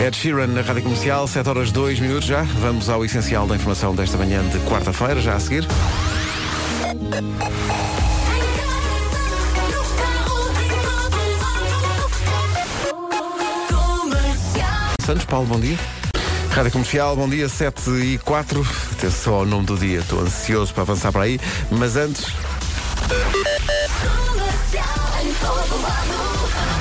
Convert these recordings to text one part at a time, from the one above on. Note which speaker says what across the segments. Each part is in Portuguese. Speaker 1: Ed Sheeran na Rádio Comercial, 7 horas 2 minutos já. Vamos ao essencial da informação desta manhã de quarta-feira, já a seguir. Santos Paulo, bom dia. Rádio Comercial, bom dia, 7 e 4. Atenção ao nome do dia, estou ansioso para avançar para aí, mas antes.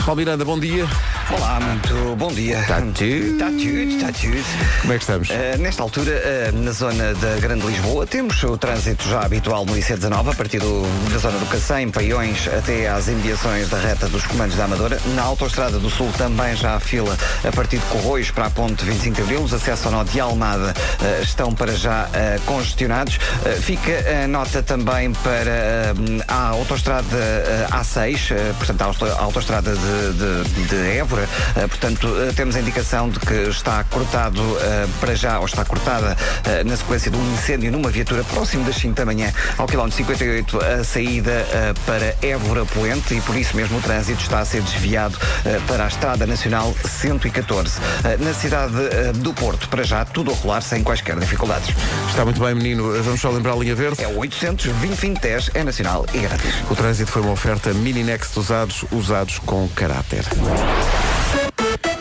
Speaker 1: Paulo Miranda, bom dia.
Speaker 2: Olá, muito bom dia.
Speaker 1: Tá tudo?
Speaker 2: Está tudo, está tudo.
Speaker 1: Como é que estamos?
Speaker 2: Eh, nesta altura, eh, na zona da Grande Lisboa, temos o trânsito já habitual no IC19, a partir do- da zona do Cacém, Paiões, até às imediações da reta dos comandos da Amadora. Na Autostrada do Sul também já há fila a partir de Corroios para a ponte 25 de Abril. Os acessos ao nó de Almada eh, estão para já eh, congestionados. Eh, fica a nota também para eh, a Autostrada eh, A6, eh, portanto, a auto- a Autostrada de, de- de Évora. Eh, portanto, eh, temos a indicação de que está cortado eh, para já, ou está cortada eh, na sequência de um incêndio numa viatura próximo das 5 da manhã ao quilómetro 58, a saída eh, para Évora Poente e por isso mesmo o trânsito está a ser desviado eh, para a Estrada Nacional 114. Eh, na cidade eh, do Porto, para já, tudo a rolar sem quaisquer dificuldades.
Speaker 1: Está muito bem, menino. Vamos só lembrar a linha verde.
Speaker 2: É o 800 2010 é nacional e grátis.
Speaker 1: O trânsito foi uma oferta mini next usados, usados com caráter.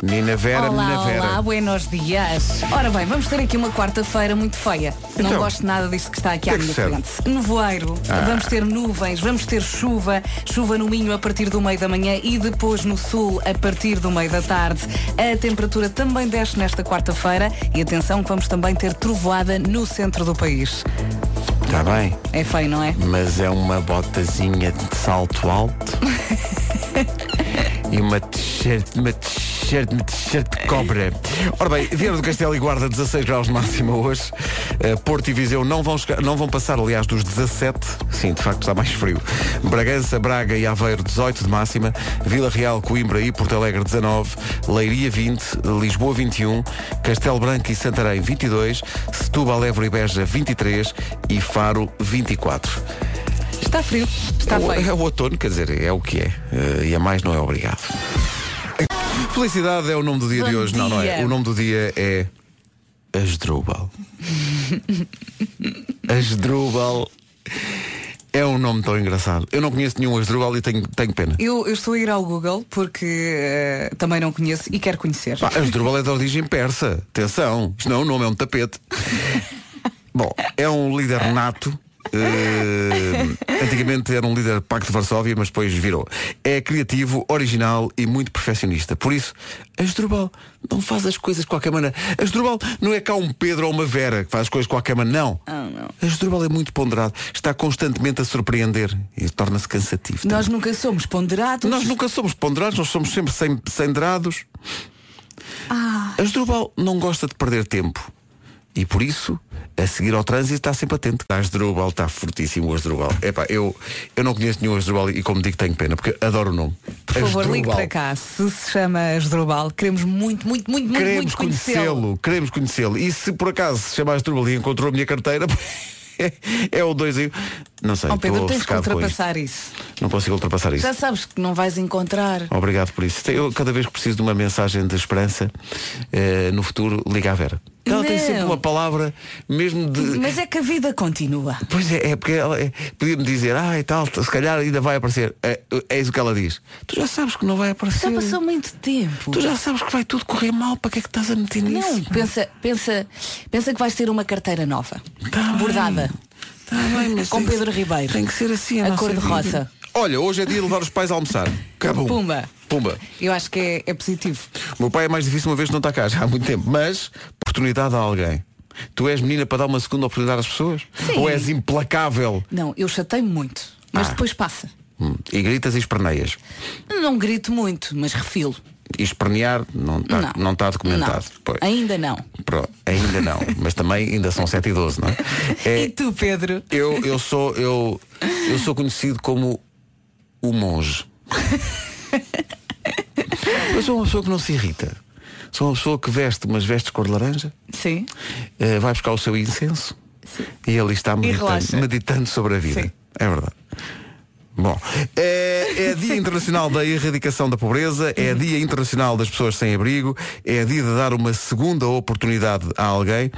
Speaker 1: Nina Vera,
Speaker 3: Olá,
Speaker 1: Nina Vera.
Speaker 3: olá, buenos dias. Ora bem, vamos ter aqui uma quarta-feira muito feia.
Speaker 1: Então,
Speaker 3: Não gosto nada disto que está
Speaker 1: que
Speaker 3: aqui
Speaker 1: Ah.
Speaker 3: à
Speaker 1: é que
Speaker 3: minha
Speaker 1: sucede?
Speaker 3: frente. Nevoeiro, vamos ter nuvens, vamos ter chuva, chuva no Minho a partir do meio da manhã e depois no Sul a partir do meio da tarde. A temperatura também desce nesta quarta-feira e atenção que vamos também ter trovoada no centro do país.
Speaker 1: Está Tá bem,
Speaker 3: É feio, não é?
Speaker 1: mas é uma botazinha de salto alto e uma t-shirt, uma t-shirt, uma t-shirt de cobra. Ora bem, Vieira do Castelo e Guarda 16 graus de máxima hoje. Eh, Porto e Viseu não vão, chegar- não vão passar, aliás, dos 17. Sim, de facto está mais frio. Bragança, Braga e Aveiro 18 de máxima. Vila Real, Coimbra e Porto Alegre 19. Leiria 20. Lisboa 21. Castelo Branco e Santarém 22. Setúbal, Évora e Beja 23. E Faro 24.
Speaker 3: Está frio, está
Speaker 1: O-
Speaker 3: feio.
Speaker 1: É o outono, quer dizer, é o que é. Eh, e a mais não é obrigado. Felicidade é o nome do dia
Speaker 3: Bom
Speaker 1: de hoje. Não, não é.
Speaker 3: dia.
Speaker 1: O nome do dia é Asdrúbal. Asdrúbal é um nome tão engraçado. Eu não conheço nenhum Asdrúbal e tenho, tenho pena.
Speaker 3: Eu, eu estou a ir ao Google porque eh, também não conheço e quero conhecer.
Speaker 1: Pá, Asdrúbal é de origem persa. Atenção, isto não é um nome, é um tapete. Bom, é um líder nato. Eh, antigamente era um líder Pacto de Varsóvia, mas depois virou. É criativo, original e muito perfeccionista. Por isso, Asdrubal não faz as coisas de qualquer maneira. Asdrubal não é cá um Pedro ou uma Vera que faz as coisas de qualquer maneira, não.
Speaker 3: Ah, não.
Speaker 1: Asdrubal é muito ponderado, está constantemente a surpreender e torna-se cansativo.
Speaker 3: Nós nunca somos ponderados.
Speaker 1: Nós nunca somos ponderados, nós somos sempre sem, semdrados.
Speaker 3: Ah.
Speaker 1: Asdrubal não gosta de perder tempo. E por isso, a seguir ao trânsito, está sempre atento. A Asdrubal Ah, está fortíssimo, o Asdrubal. Epá, eu, eu não conheço nenhum Asdrubal e como digo, tenho pena, porque adoro o nome.
Speaker 3: Por favor, ligue
Speaker 1: Asdrubal.
Speaker 3: para cá. Se se chama Asdrubal, queremos muito, muito, muito, muito,
Speaker 1: Queremos
Speaker 3: muito conhecê-lo.
Speaker 1: conhecê-lo, queremos conhecê-lo. E se por acaso se chama Asdrubal e encontrou a minha carteira, é, é o dois e... Não sei,
Speaker 3: Oh, Pedro,
Speaker 1: estou
Speaker 3: tens que
Speaker 1: obcecado com isto.
Speaker 3: ultrapassar isso.
Speaker 1: Não consigo ultrapassar isso.
Speaker 3: Já sabes que não vais encontrar.
Speaker 1: Obrigado por isso. Eu, cada vez que preciso de uma mensagem de esperança eh, no futuro, liga à Vera. Ela tem
Speaker 3: Não.
Speaker 1: sempre uma palavra, mesmo de.
Speaker 3: Mas é que a vida continua.
Speaker 1: Pois é, é porque ela é, podia-me dizer, ah e tal, se calhar ainda vai aparecer. É, é isso que ela diz. Tu já sabes que não vai aparecer.
Speaker 3: Já passou muito tempo.
Speaker 1: Tu já sabes que vai tudo correr mal, para que é que estás a meter nisso?
Speaker 3: Não, pensa, pensa, pensa que vais ter uma carteira nova.
Speaker 1: Tá bem.
Speaker 3: Bordada.
Speaker 1: Tá bem, mas
Speaker 3: Com
Speaker 1: tem que-
Speaker 3: Pedro Ribeiro.
Speaker 1: Tem que ser assim,
Speaker 3: A
Speaker 1: nossa
Speaker 3: cor de
Speaker 1: vida.
Speaker 3: rosa.
Speaker 1: Olha, hoje é dia de levar os pais a almoçar. Cabum.
Speaker 3: Pumba.
Speaker 1: Pumba.
Speaker 3: Eu acho que é, é positivo.
Speaker 1: O meu pai é mais difícil uma vez que não está cá já há muito tempo, mas oportunidade a alguém. Tu és menina para dar uma segunda oportunidade às pessoas?
Speaker 3: Sim.
Speaker 1: Ou és implacável?
Speaker 3: Não, eu chateio muito, mas
Speaker 1: Ah.
Speaker 3: depois passa.
Speaker 1: Hum, E gritas e esperneias.
Speaker 3: Não grito muito, mas refilo.
Speaker 1: E espernear não está não. está documentado.
Speaker 3: Não.
Speaker 1: Pois.
Speaker 3: Ainda não.
Speaker 1: Pro- ainda não. mas também ainda são 7 e 12, não é?
Speaker 3: E
Speaker 1: é
Speaker 3: tu, Pedro?
Speaker 1: eu, eu, sou, eu, eu sou conhecido como o monge. Eu sou uma pessoa que não se irrita. Sou uma pessoa que veste umas vestes cor de laranja.
Speaker 3: Sim.
Speaker 1: Eh, vai buscar o seu incenso e ele está meditando,
Speaker 3: relaxa.
Speaker 1: meditando sobre a vida.
Speaker 3: Sim.
Speaker 1: É verdade. Bom, é, é Dia Internacional da Erradicação da Pobreza,
Speaker 3: Uhum.
Speaker 1: é Dia Internacional das Pessoas Sem Abrigo, é dia de dar uma segunda oportunidade a alguém.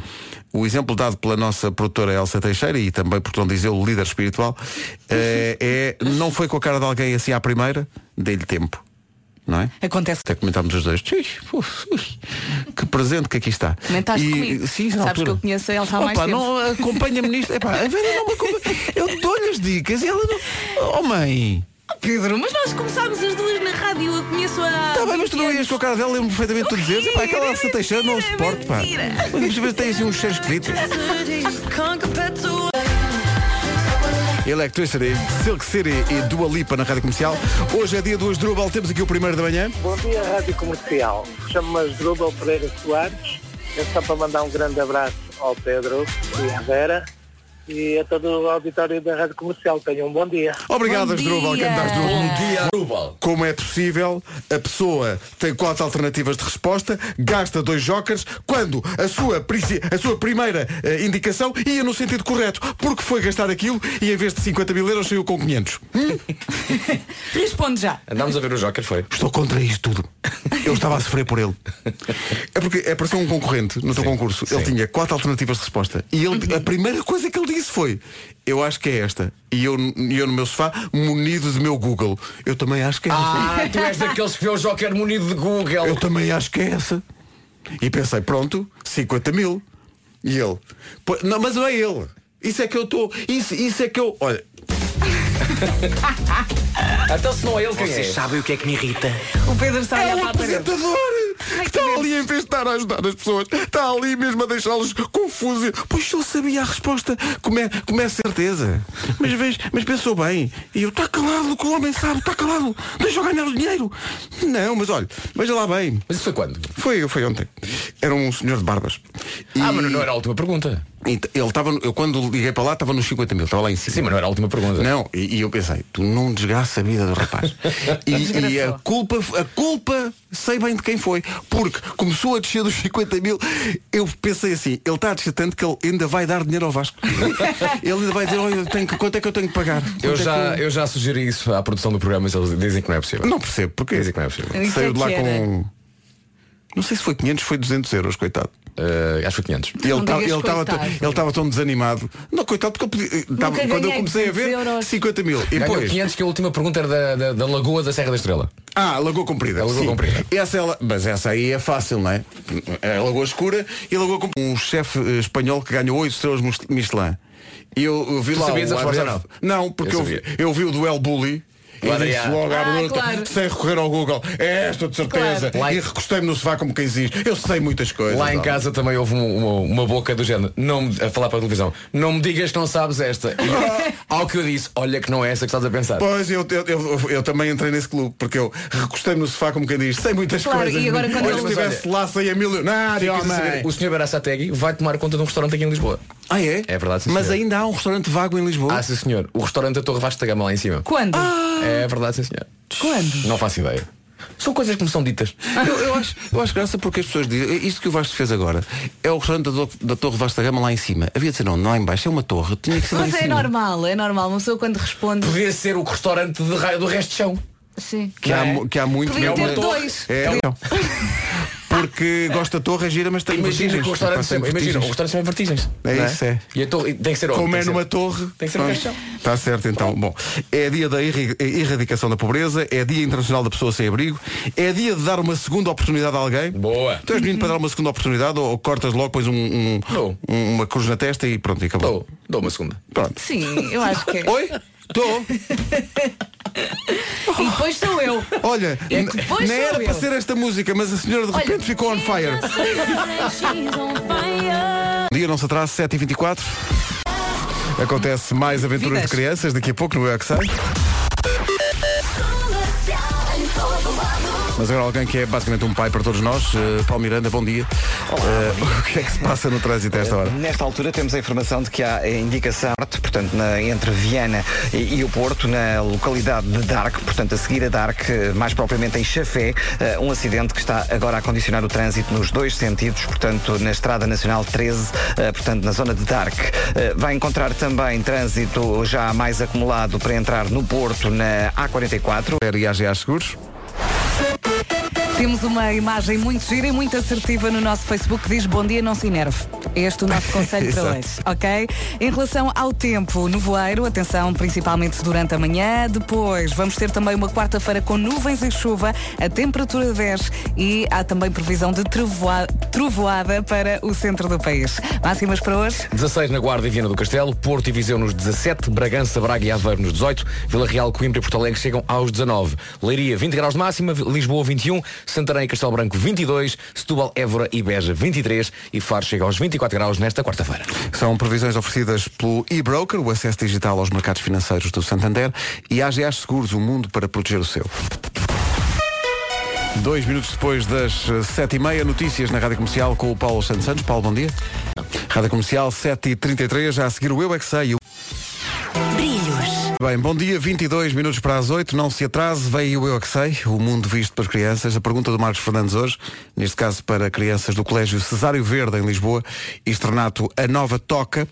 Speaker 1: O exemplo dado pela nossa produtora Elsa Teixeira e também, por não dizer, o líder espiritual, é, é não foi com a cara de alguém assim à primeira, dei-lhe tempo. Não é?
Speaker 3: Acontece.
Speaker 1: Até comentámos os dois. "Ui, ui, ui, Que presente que aqui está.
Speaker 3: Nem estás
Speaker 1: E-
Speaker 3: comigo.
Speaker 1: Sim, na
Speaker 3: Sabes
Speaker 1: altura.
Speaker 3: que eu conheço a Elsa há Tá mais
Speaker 1: Opa,
Speaker 3: tempo.
Speaker 1: não acompanha-me nisto. Epá, a Vera não me acompanha. Eu dou-lhe as dicas e ela não. Oh mãe!
Speaker 3: Pedro, mas nós começámos as duas na rádio, eu conheço a.
Speaker 1: Está Tá bem, mas tu não ias com a cara dela, lembro perfeitamente tudo dizer. Epá, aquela Elsa Teixeira não a suporto, pá. Mas mas tem assim um cheiro esquisito. Electricity, Silk City e Dua Lipa na Rádio Comercial. Hoje é dia do Asdrubal, temos aqui o primeiro da manhã.
Speaker 4: Bom dia, Rádio Comercial. Chamo-me Asdrubal Pereira Soares. É só para mandar um grande abraço ao Pedro e à Vera e a todo o auditório da Rádio Comercial. Tenham um bom dia.
Speaker 1: Obrigado,
Speaker 3: Bom
Speaker 1: Asdrubal,
Speaker 3: dia.
Speaker 1: grande Asdrubal.
Speaker 5: Um dia, Rubal.
Speaker 1: Como é possível, a pessoa tem quatro alternativas de resposta, gasta dois jokers, quando a sua, princi- a sua primeira eh, indicação ia no sentido correto, porque foi gastar aquilo e em vez de 50 mil euros saiu com 500. Hum?
Speaker 3: Responde já.
Speaker 5: Andámos a ver o Joker, foi?
Speaker 1: Estou contra isto tudo. Eu estava a sofrer por ele. É porque apareceu um concorrente no teu concurso. Ele
Speaker 5: sim.
Speaker 1: tinha quatro alternativas de resposta. E ele,
Speaker 5: Uhum.
Speaker 1: a primeira coisa que ele disse foi: Eu acho que é esta. E eu, e eu no meu sofá, munido de meu Google. Eu também acho que é esta.
Speaker 5: Ah, tu és daqueles que vê o Joker munido de
Speaker 1: Eu
Speaker 5: Google.
Speaker 1: também acho que é essa. E pensei, pronto, 50 mil. E ele, "Pô, não, mas não é ele. Isso é que eu estou. Isso, isso é que eu. Olha,
Speaker 5: Então se não é ele, quem é?
Speaker 6: sabem o que é que me irrita?
Speaker 3: O Pedro está a
Speaker 1: é
Speaker 3: olhar
Speaker 1: o
Speaker 3: para a parede.
Speaker 1: apresentador
Speaker 3: é
Speaker 1: que está ali em vez de estar a ajudar as pessoas, está ali mesmo a deixá-los confusos. Pois eu sabia a resposta, como é, como é certeza. Mas vês, mas pensou bem. E eu, está calado, que o homem sabe, está calado, deixa eu ganhar o dinheiro. Não, mas olha, veja lá bem.
Speaker 5: Mas isso foi quando?
Speaker 1: Foi, foi ontem. Era um senhor de barbas. E-
Speaker 5: Ah, mas não era a última pergunta.
Speaker 1: Então, Ele estava, no- eu quando liguei para lá estava nos 50 mil, estava lá em cima.
Speaker 5: Sim, mas não era a última pergunta.
Speaker 1: Não, e, e eu pensei, tu não desgraça a vida do rapaz. e, e a
Speaker 3: Desgraçou.
Speaker 1: culpa, a culpa, sei bem de quem foi, porque começou a descer dos 50 mil, eu pensei assim, ele está a descer tanto que ele ainda vai dar dinheiro ao Vasco. ele ainda vai dizer, olha, eu tenho que- quanto é que eu tenho que pagar?
Speaker 5: Eu
Speaker 1: Quanto é
Speaker 5: já,
Speaker 1: que
Speaker 5: eu já sugeri isso à produção do programa, mas eles dizem que não é possível.
Speaker 1: eu-" Não percebo, porque
Speaker 5: Dizem que não é possível.
Speaker 3: Isso
Speaker 1: saiu
Speaker 3: é
Speaker 1: de lá
Speaker 3: que era.
Speaker 1: com. um- Não sei se foi 500, foi 200 euros, coitado.
Speaker 5: Eh, acho que foi 500.
Speaker 1: E Ele
Speaker 3: Não
Speaker 1: tá-
Speaker 3: digas
Speaker 1: ele estava tão,
Speaker 3: coitado.
Speaker 1: ele estava tão desanimado. Não, coitado, porque eu pedi, eh, tava-
Speaker 3: Nunca
Speaker 1: quando eu
Speaker 3: ganhei
Speaker 1: comecei a ver,
Speaker 3: 500 euros.
Speaker 1: 50 mil. E
Speaker 5: Ganhou
Speaker 1: depois,
Speaker 5: 500 que a última pergunta era da, da, da Lagoa da Serra da Estrela.
Speaker 1: ah, Lagoa Comprida.
Speaker 5: A Lagoa
Speaker 1: sim.
Speaker 5: Comprida.
Speaker 1: Essa ela, mas essa aí é fácil, não é? É Lagoa Escura e Lagoa Comprida. Um chefe eh, espanhol que ganhou 8 estrelas Mus- Michelin. E eu, eu vi
Speaker 5: Tu
Speaker 1: lá
Speaker 5: sabias
Speaker 1: o
Speaker 5: a resposta,
Speaker 1: Adef-
Speaker 5: não?
Speaker 1: Não, porque
Speaker 5: Eu
Speaker 1: eu, vi,
Speaker 5: sabia.
Speaker 1: eu vi o duelo bully. E
Speaker 5: Claro,
Speaker 1: disse
Speaker 5: já.
Speaker 1: logo à
Speaker 3: Ah,
Speaker 1: bruta,
Speaker 3: claro.
Speaker 1: sem recorrer ao Google, é esta de certeza.
Speaker 5: Claro. Lá em-
Speaker 1: E recostei-me no sofá como quem diz, eu sei muitas coisas.
Speaker 5: Lá em
Speaker 1: homem.
Speaker 5: casa também houve um- uma, uma boca do género, não me- a falar para a televisão, não me digas que não sabes esta. E, ao que eu disse, olha que não é essa que estás a pensar.
Speaker 1: Pois, eu, eu, eu, eu também entrei nesse clube, porque eu recostei-me no sofá, como quem diz, sei muitas
Speaker 3: Claro,
Speaker 1: coisas.
Speaker 3: e agora quando
Speaker 1: Olha,
Speaker 3: ele-
Speaker 1: se estivesse lá, saía milionário,
Speaker 5: Ficas a saber,
Speaker 1: homem.
Speaker 5: O senhor Barasategui vai tomar conta de um restaurante aqui em Lisboa.
Speaker 1: Ah, é?
Speaker 5: É verdade, sim,
Speaker 1: Mas
Speaker 5: senhor.
Speaker 1: ainda há um restaurante vago em Lisboa. Ah!
Speaker 5: Ah, sim senhor. O restaurante da Torre Vasta Gama lá em cima.
Speaker 3: Quando?
Speaker 5: É verdade, sim senhor.
Speaker 3: Quando?
Speaker 5: Não faço ideia. São coisas que me são ditas.
Speaker 1: Eu, eu acho, eu acho graça porque as pessoas dizem é Isto que o Vasco fez agora É o restaurante da, do- da Torre Vasta Gama lá em cima Havia de ser não, não lá em baixo, é uma torre Tinha que ser lá em
Speaker 3: Mas é
Speaker 1: cima
Speaker 3: normal, é normal. Uma pessoa quando responde.
Speaker 5: Podia ser o restaurante de raio do resto de chão.
Speaker 3: Sim.
Speaker 1: que, há,
Speaker 5: Não é?
Speaker 1: mu- que há muito
Speaker 3: Podia
Speaker 1: mesmo.
Speaker 3: ter dois.
Speaker 1: É, não. Porque gosta da torre, é gira, mas tem
Speaker 5: Imagina
Speaker 1: vertigens.
Speaker 5: que o restaurante
Speaker 1: Pá, tem
Speaker 5: sempre. Imagina, o
Speaker 1: vertigens.
Speaker 5: restaurante sempre vertigens.
Speaker 1: É
Speaker 5: não
Speaker 1: isso, é.
Speaker 5: E a torre e tem que ser onde?
Speaker 1: Como
Speaker 5: Tem
Speaker 1: é
Speaker 5: que ser-
Speaker 1: numa torre.
Speaker 5: Tem que ser no caixão.
Speaker 1: Está certo então. Bom, é dia da erri- erradicação da pobreza, é dia internacional da pessoa sem abrigo, é dia de dar uma segunda oportunidade a alguém.
Speaker 5: Boa.
Speaker 1: Tu és menino para dar uma segunda oportunidade ou, ou cortas logo, pões um, um-
Speaker 5: Dou.
Speaker 1: um- uma cruz na testa e pronto, e acabou.
Speaker 5: Dou, dou uma segunda.
Speaker 1: Pronto.
Speaker 3: Sim, eu acho que é.
Speaker 1: Oi? Estou.
Speaker 3: E depois sou eu.
Speaker 1: Olha,
Speaker 3: É
Speaker 1: n-
Speaker 3: que depois
Speaker 1: nem
Speaker 3: sou
Speaker 1: era
Speaker 3: eu.
Speaker 1: para ser esta música, mas a senhora de
Speaker 3: Olha.
Speaker 1: repente ficou on fire. Dia não se atrasa, 7h24. Acontece mais aventuras de
Speaker 3: Vidas.
Speaker 1: crianças daqui a pouco no Eu É Que Sei. Mas agora alguém que é basicamente um pai para todos nós, eh, Paulo Miranda, bom dia. Eh, o que é que se passa no trânsito a esta hora?
Speaker 2: Nesta altura temos a informação de que há eh, indicação, norte, portanto, na- entre Viana e, e o Porto, na localidade de Dark, portanto, a seguir a Dark, eh, mais propriamente em Chafé, eh, um acidente que está agora a condicionar o trânsito nos dois sentidos, portanto, na Estrada Nacional 13, eh, portanto, na zona de Dark. Eh, Vai encontrar também trânsito já mais acumulado para entrar no Porto, na A44.
Speaker 1: RIAGA Seguros.
Speaker 3: Temos uma imagem muito gira e muito assertiva no nosso Facebook que diz Bom dia, não se enerve. Este é o nosso conselho para
Speaker 1: Exato.
Speaker 3: hoje, ok? Em relação ao tempo, nevoeiro, atenção principalmente durante a manhã. Depois vamos ter também uma quarta-feira com nuvens e chuva, a temperatura 10 e há também previsão de trevoa- trovoada para o centro do país. Máximas para hoje?
Speaker 5: 16 na Guarda e Viana do Castelo, Porto e Viseu nos 17, Bragança, Braga e Aveiro nos 18, Vila Real, Coimbra e Porto Alegre chegam aos 19, Leiria 20 graus de máxima, Lisboa 21, Santarém e Castelo Branco 22, Setúbal, Évora e Beja 23 e Faro chega aos 24 graus nesta quarta-feira.
Speaker 1: São previsões oferecidas pelo e-broker, o acesso digital aos mercados financeiros do Santander e AGA Seguros, o mundo para proteger o seu. Dois minutos depois das eh, sete e meia, notícias na Rádio Comercial com o Paulo Santos Santos. Paulo, bom dia. Rádio Comercial, 7h33, já a seguir o Eu É Que Sei. o-
Speaker 6: Brilhos,
Speaker 1: Bem, bom dia, 22 minutos para as 8, não se atrase, veio o Eu É Que Sei, o mundo visto pelas crianças. A pergunta do Marcos Fernandes hoje, neste caso para crianças do Colégio Cesário Verde, em Lisboa, e externato A Nova Toca,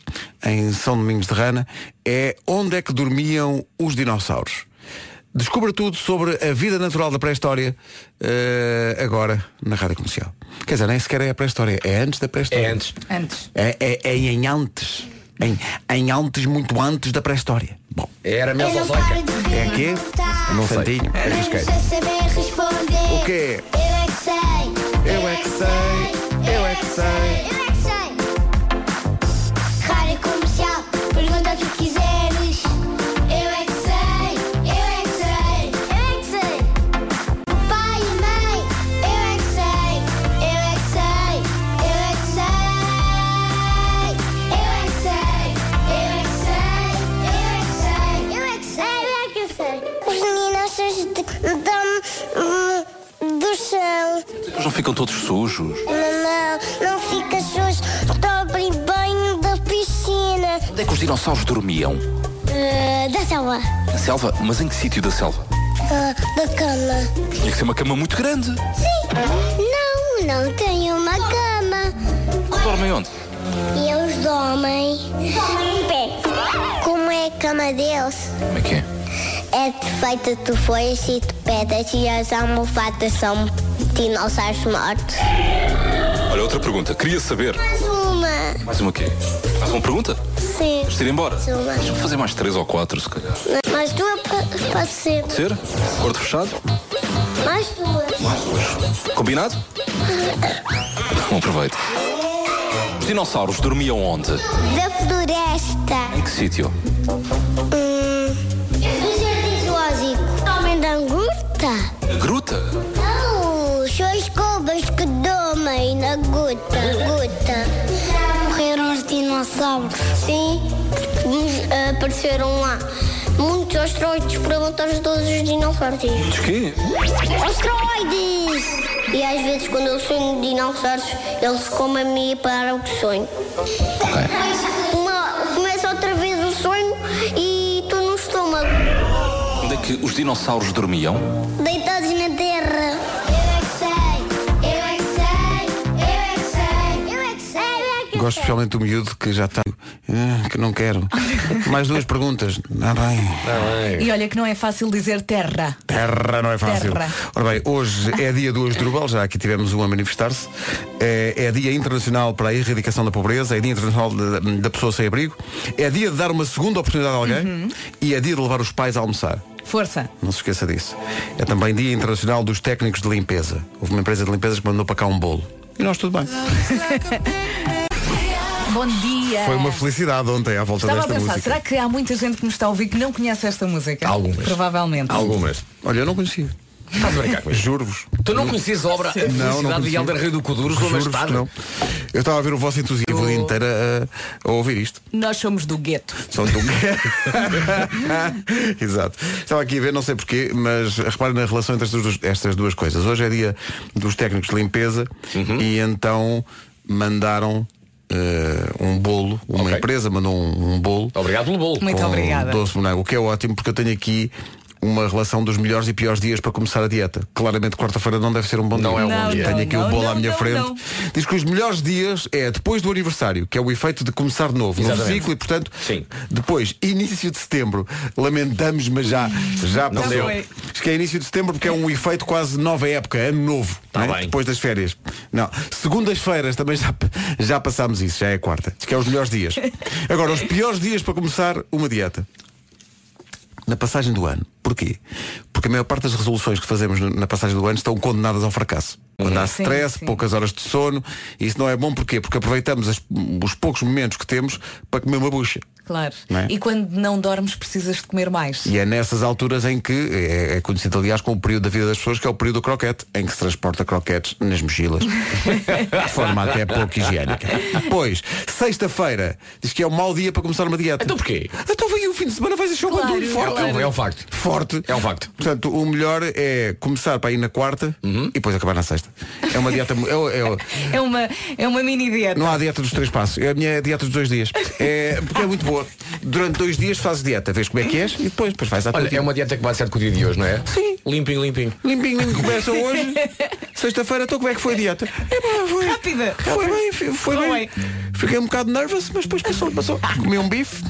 Speaker 1: em São Domingos de Rana, é onde é que dormiam os dinossauros? Descubra tudo sobre a vida natural da pré-história eh, agora na Rádio Comercial. Quer dizer, nem sequer é a pré-história, é antes da pré-história.
Speaker 5: É antes.
Speaker 3: Antes.
Speaker 1: É, é- é em antes. Em, em antes, muito antes da pré-história. Bom.
Speaker 5: Era
Speaker 7: Eu não paro
Speaker 5: Mesozoica.
Speaker 7: de
Speaker 1: É
Speaker 7: ver,
Speaker 1: aqui?
Speaker 7: não está.
Speaker 1: Não sei.
Speaker 5: Santinho,
Speaker 7: Eu não sei saber responder.
Speaker 1: É, O quê?
Speaker 7: Eu é que sei.
Speaker 1: Eu é que sei. Eu é que sei.
Speaker 7: Eu é que sei. Rádio comercial, pergunta o que quiseres. Eu é que sei. Eu é que sei. Eu é que sei. Pai e mãe, eu é que sei. Eu é que sei. Eu é que sei. Eu é que sei. Eu é que sei. Eu é que sei. Eu é que sei. Os meninos dão hum, do chão.
Speaker 8: Eles não ficam todos sujos.
Speaker 7: Não, não fica sujo. Dobrem banho da piscina.
Speaker 8: Onde é que os dinossauros dormiam?
Speaker 7: Eh, da sala.
Speaker 8: Na selva? Mas em que sítio da selva?
Speaker 7: Ah, da cama.
Speaker 8: Tinha que ser uma cama muito grande.
Speaker 7: Sim. Não, não tenho uma cama.
Speaker 8: Dormem onde?
Speaker 7: E é eles dormem em pé. Como é a cama deles?
Speaker 8: Como é que é?
Speaker 7: É feita de folhas e de pedras e as almofadas são dinossauros mortos.
Speaker 8: Olha, outra pergunta. Queria saber.
Speaker 7: Mais uma.
Speaker 8: Mais uma quê? Mais uma pergunta?
Speaker 7: Sim.
Speaker 8: Vamos ir embora?
Speaker 7: Sim, mais.
Speaker 8: Deixa-me fazer mais três ou quatro, se calhar.
Speaker 7: Mais duas pa- pode ser.
Speaker 8: Ser? Acordo fechado?
Speaker 7: Mais duas.
Speaker 8: Mais duas. Combinado? Bom proveito. Os dinossauros dormiam onde?
Speaker 7: Da floresta.
Speaker 8: Em que sítio?
Speaker 7: Hum. Do jardim zoológico. Homem da gruta?
Speaker 8: Na gruta?
Speaker 7: Não, são as cobras que dormem na guta, guta. Já morreram os dinossauros? Sim, porque nos apareceram lá muitos asteroides para matar todos os dinossauros.
Speaker 8: Diz quê?
Speaker 7: Asteroides! E às vezes quando eu sonho de dinossauros, eles comem-me para o sonho. Uma- começa outra vez o sonho e estou no estômago.
Speaker 8: Onde é que os dinossauros dormiam?
Speaker 7: Deitados na terra. Eu é que sei, eu é que sei, eu é que sei, eu é que sei, eu é que
Speaker 1: Gosto especialmente do miúdo que já está. Ah, que não quero. Mais duas perguntas. Ah, bem.
Speaker 3: E olha que não é fácil dizer terra.
Speaker 1: Terra não é fácil.
Speaker 3: Terra.
Speaker 1: Ora bem, hoje é dia do Asdrubal, já aqui tivemos um a manifestar-se. É, é dia internacional para a erradicação da pobreza, é dia internacional da, da pessoa sem abrigo, é dia de dar uma segunda oportunidade a alguém e é dia de levar os pais a almoçar.
Speaker 3: Força.
Speaker 1: Não se esqueça disso. É também Dia Internacional dos Técnicos de Limpeza. Houve uma empresa de limpeza que mandou para cá um bolo. E nós tudo bem.
Speaker 3: Bom dia.
Speaker 1: Foi uma felicidade ontem à volta
Speaker 3: Estava a
Speaker 1: desta
Speaker 3: pensar,
Speaker 1: música.
Speaker 3: será que há muita gente que nos está a ouvir que não conhece esta música?
Speaker 5: Algumas.
Speaker 3: Provavelmente.
Speaker 5: Algumas.
Speaker 1: Olha, eu não conhecia.
Speaker 5: Estás a brincar comigo?
Speaker 1: Juro-vos.
Speaker 5: Tu não conheces a obra A Felicidade de
Speaker 1: conhecia.
Speaker 5: Helder Rei do Coduro, João
Speaker 1: Juro-vos
Speaker 5: Bastardo?
Speaker 1: que não. Eu estava a ver o vosso entusiasmo o dia inteiro a, a ouvir isto.
Speaker 3: Nós somos do gueto.
Speaker 1: São do Exato. Estava aqui a ver, não sei porquê, mas reparem na relação entre estas duas, estas duas coisas. Hoje é dia dos técnicos de limpeza
Speaker 5: Uhum.
Speaker 1: e então mandaram eh, um bolo, uma
Speaker 5: Ok.
Speaker 1: empresa mandou um, um bolo.
Speaker 5: Obrigado pelo bolo.
Speaker 3: Muito
Speaker 1: com
Speaker 3: obrigada.
Speaker 1: Doce morango, o que é ótimo porque eu tenho aqui uma relação dos melhores e piores dias para começar a dieta. Claramente quarta-feira não deve ser um bom
Speaker 5: Não
Speaker 1: dia.
Speaker 5: é um bom Não, dia.
Speaker 1: Tenho
Speaker 3: não,
Speaker 1: aqui o
Speaker 3: não,
Speaker 1: bolo à
Speaker 3: não,
Speaker 1: minha
Speaker 3: não,
Speaker 1: frente.
Speaker 3: não.
Speaker 1: Diz que os melhores dias é depois do aniversário, que é o efeito de começar de novo, no
Speaker 5: Exatamente.
Speaker 1: ciclo e portanto,
Speaker 5: Sim.
Speaker 1: depois, início de setembro, lamentamos, mas já, já
Speaker 5: Não
Speaker 1: passou.
Speaker 5: deu.
Speaker 1: Diz que é início de setembro porque é um efeito quase nova época, ano novo,
Speaker 5: Tá
Speaker 1: não é?
Speaker 5: bem.
Speaker 1: depois das férias. Não, segundas-feiras também já, já passámos isso, já é quarta. Diz que é os melhores dias. Agora, os piores dias para começar uma dieta na passagem do ano. Porquê? Porque a maior parte das resoluções que fazemos no- na passagem do ano estão condenadas ao fracasso. Quando há
Speaker 3: Sim,
Speaker 1: stress,
Speaker 3: sim.
Speaker 1: poucas horas de sono, e isso não é bom porquê? Porque aproveitamos as- os poucos momentos que temos para comer uma bucha.
Speaker 3: Claro.
Speaker 1: Não é?
Speaker 3: E quando não dormes precisas de comer mais.
Speaker 1: E é nessas alturas em que é, é conhecido, aliás, como o período da vida das pessoas, que é o período do croquete, em que se transporta croquetes nas mochilas, de forma até pouco higiênica. Pois, sexta-feira, diz que é um mau dia para começar uma dieta.
Speaker 5: Então porquê?
Speaker 1: Então vem o fim de semana, vais achar o
Speaker 3: Claro,
Speaker 1: bandulho forte.
Speaker 5: É um- é um facto.
Speaker 1: Forte.
Speaker 5: É um facto. Uhum.
Speaker 1: Portanto, o melhor é começar para ir na quarta e depois acabar na sexta. É uma dieta. mu- é- é-
Speaker 3: É uma, é uma mini dieta.
Speaker 1: não há dieta dos três passos. É a minha dieta dos dois dias. É, porque é muito boa. Durante dois dias fazes dieta, vês como é que és e depois, depois vais à tua
Speaker 5: Olha,
Speaker 1: vida.
Speaker 5: é uma dieta que vai certo com o dia de hoje, não é?
Speaker 1: Sim.
Speaker 5: Limpinho, limpinho.
Speaker 1: Limpinho, limpinho começa hoje. Sexta-feira, então como é que foi a dieta? É pá, foi.
Speaker 3: Rápida,
Speaker 1: Foi bem, fi- foi
Speaker 3: Não
Speaker 1: bem.
Speaker 3: é.
Speaker 1: Fiquei um bocado nervoso, mas depois passou, passou. Comi um bife.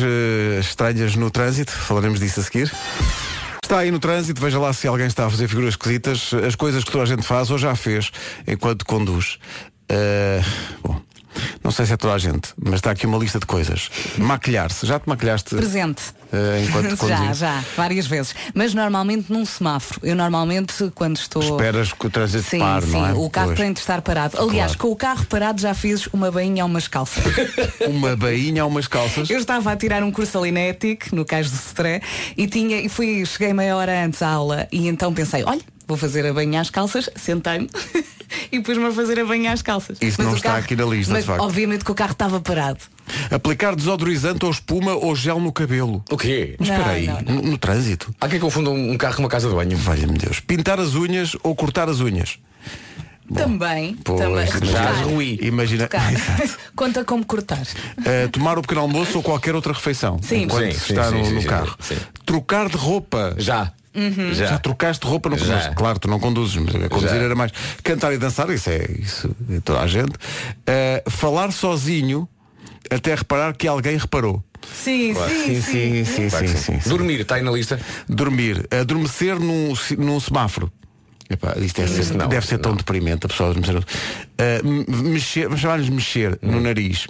Speaker 1: Eh, Estranhas no trânsito, falaremos disso a seguir. Está aí no trânsito, veja lá se alguém está a fazer figuras esquisitas, as coisas que toda a gente faz ou já fez enquanto conduz. Eh, bom, não sei se é toda a gente, mas está aqui uma lista de coisas. Maquilhar-se, já te maquilhaste?
Speaker 3: Presente.
Speaker 1: eh, enquanto
Speaker 3: já,
Speaker 1: conduziste?
Speaker 3: já, várias vezes. Mas normalmente num semáforo. Eu normalmente quando estou.
Speaker 1: Esperas que o trânsito
Speaker 3: Sim,
Speaker 1: pare,
Speaker 3: sim,
Speaker 1: não é?
Speaker 3: o carro
Speaker 1: Pois.
Speaker 3: tem de estar parado. Aliás,
Speaker 1: Claro.
Speaker 3: com o carro parado já fiz uma bainha ou umas calças.
Speaker 1: Uma bainha a umas calças.
Speaker 3: Eu estava a tirar um curso alinético no cais do Setré e tinha e fui, cheguei meia hora antes à aula e então pensei, olha, vou fazer a banha às calças, sentei-me e pus-me a fazer a banha às calças.
Speaker 1: Isso não
Speaker 3: o
Speaker 1: está aqui na lista,
Speaker 3: mas
Speaker 1: de facto.
Speaker 3: Obviamente que o carro estava parado.
Speaker 1: Aplicar desodorizante ou espuma ou gel no cabelo.
Speaker 5: O quê?
Speaker 1: Mas
Speaker 3: Não,
Speaker 1: espera aí,
Speaker 3: não,
Speaker 1: No, no trânsito.
Speaker 5: Há quem confunda um carro com uma casa de banho.
Speaker 1: Valha-me Deus. Pintar as unhas ou cortar as unhas.
Speaker 3: também,
Speaker 1: Pois,
Speaker 3: também.
Speaker 1: já
Speaker 3: Repara,
Speaker 1: ruí. Imagina.
Speaker 3: tocar.
Speaker 1: Exato.
Speaker 3: Conta como cortar.
Speaker 1: Uh, tomar o pequeno almoço ou qualquer outra refeição.
Speaker 3: Sim.
Speaker 1: Enquanto
Speaker 5: Sim,
Speaker 1: se
Speaker 5: sim,
Speaker 1: está
Speaker 5: sim,
Speaker 1: no,
Speaker 5: sim,
Speaker 1: no
Speaker 5: sim,
Speaker 1: carro.
Speaker 5: sim.
Speaker 1: Trocar de roupa.
Speaker 5: Já.
Speaker 3: Uhum.
Speaker 1: Uhum. Já. trocaste de roupa no
Speaker 5: Já.
Speaker 1: começo. Claro, tu não conduzes, mas a conduzir
Speaker 5: Já.
Speaker 1: era mais. Cantar e dançar, isso é isso é toda a gente. Uh, falar sozinho até reparar que alguém reparou.
Speaker 3: Sim, sim, sim.
Speaker 1: sim,
Speaker 5: Claro que Dormir, está aí na lista.
Speaker 1: Dormir, adormecer num, se- num semáforo. Epá, isto deve ser,
Speaker 5: não,
Speaker 1: deve ser tão deprimente a pessoa adormecer. no- Ah, m- mexer, vamos chamar-lhes mexer
Speaker 5: Hum.
Speaker 1: no nariz.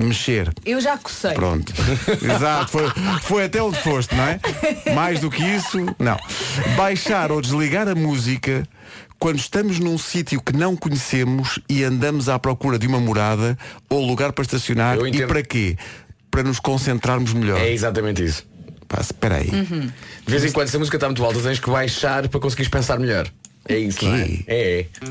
Speaker 1: mexer.
Speaker 3: Eu já cocei.
Speaker 1: Pronto. Exato, foi, foi até onde foste, não é? Mais do que isso, não. Baixar ou desligar a música quando estamos num sítio que não conhecemos e andamos à procura de uma morada ou lugar para estacionar.
Speaker 5: Eu
Speaker 1: E
Speaker 5: entendo.
Speaker 1: para quê? Para nos concentrarmos melhor.
Speaker 5: É exatamente isso.
Speaker 1: Pá, espera aí.
Speaker 3: Uhum.
Speaker 5: De vez em quando, se a música está muito alta, tens que baixar para conseguires pensar melhor. É isso, não é?
Speaker 1: Quê?
Speaker 5: É, é.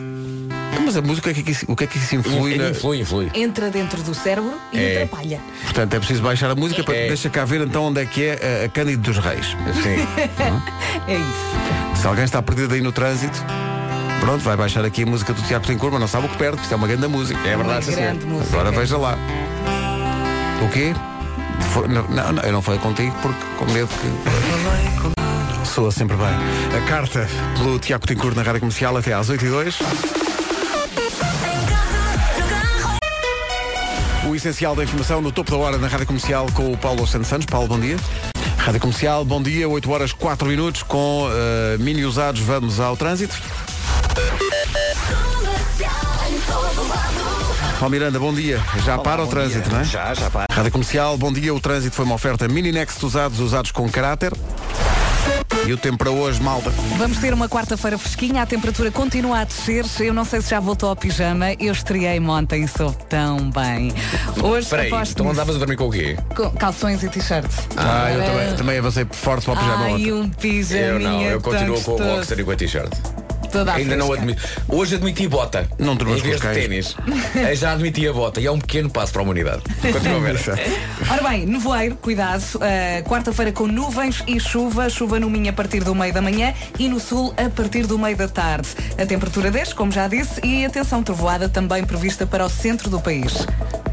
Speaker 1: Mas a música, o que é que isso, o que é que isso influi? na-
Speaker 5: Influi, influi.
Speaker 3: Entra dentro do cérebro e
Speaker 5: É.
Speaker 3: atrapalha.
Speaker 1: Portanto, é preciso baixar a música para
Speaker 5: É.
Speaker 1: deixa cá ver então onde é que é a, a Cândido dos Reis.
Speaker 5: Sim.
Speaker 3: É isso.
Speaker 1: Se alguém está perdido aí no trânsito, pronto, vai baixar aqui a música do Tiago Tencourt, mas não sabe o que perde, porque isto é uma grande música.
Speaker 5: É verdade, sim,
Speaker 3: Uma grande
Speaker 5: senhor.
Speaker 3: música. é.
Speaker 1: Agora veja lá. O quê? Foi- não, não, não, eu não falei contigo porque com medo que. Soa sempre bem. A carta pelo Tiago Tencourt na Rádio Comercial até às 8 e 2 O essencial da informação no topo da hora na Rádio Comercial com o Paulo Santos Santos. Paulo, bom dia. Rádio Comercial, bom dia, 8 horas 4 minutos com eh, mini usados, vamos ao trânsito. Paulo Miranda, bom dia. Já para o
Speaker 2: bom
Speaker 1: trânsito,
Speaker 2: dia.
Speaker 1: não é?
Speaker 2: Já, já para.
Speaker 1: Rádio Comercial, bom dia. O trânsito foi uma oferta Mini Next usados, usados com caráter. E o tempo para hoje, malta?
Speaker 3: Vamos ter uma quarta-feira fresquinha, a temperatura continua a descer. Eu não sei se já voltou ao pijama, eu estreiei ontem e soube tão bem. Hoje
Speaker 5: Espera aí,
Speaker 3: aposto
Speaker 5: então andavas a dormir com o quê?
Speaker 3: com calções e t-shirt.
Speaker 1: Ah, eu também, também avancei forte para o pijama
Speaker 3: Ai,
Speaker 1: ontem.
Speaker 3: um
Speaker 5: Eu
Speaker 3: pijaminha
Speaker 5: não, eu
Speaker 3: tão
Speaker 5: continuo com o
Speaker 3: gostoso.
Speaker 5: boxer e com a t-shirt.
Speaker 3: Toda a
Speaker 5: Ainda não
Speaker 3: fresca.
Speaker 5: admito. Hoje admiti bota.
Speaker 1: Não durmas
Speaker 5: Em vez
Speaker 1: com os
Speaker 5: de ténis. Eh, Já admiti a bota e é um pequeno passo para a humanidade. Continua a ver.
Speaker 3: Ora bem, nevoeiro, cuidado. Uh, Quarta-feira com nuvens e chuva. Chuva no Minho a partir do meio da manhã e no Sul a partir do meio da tarde. A temperatura desce, como já disse, e atenção trovoada também prevista para o centro do país.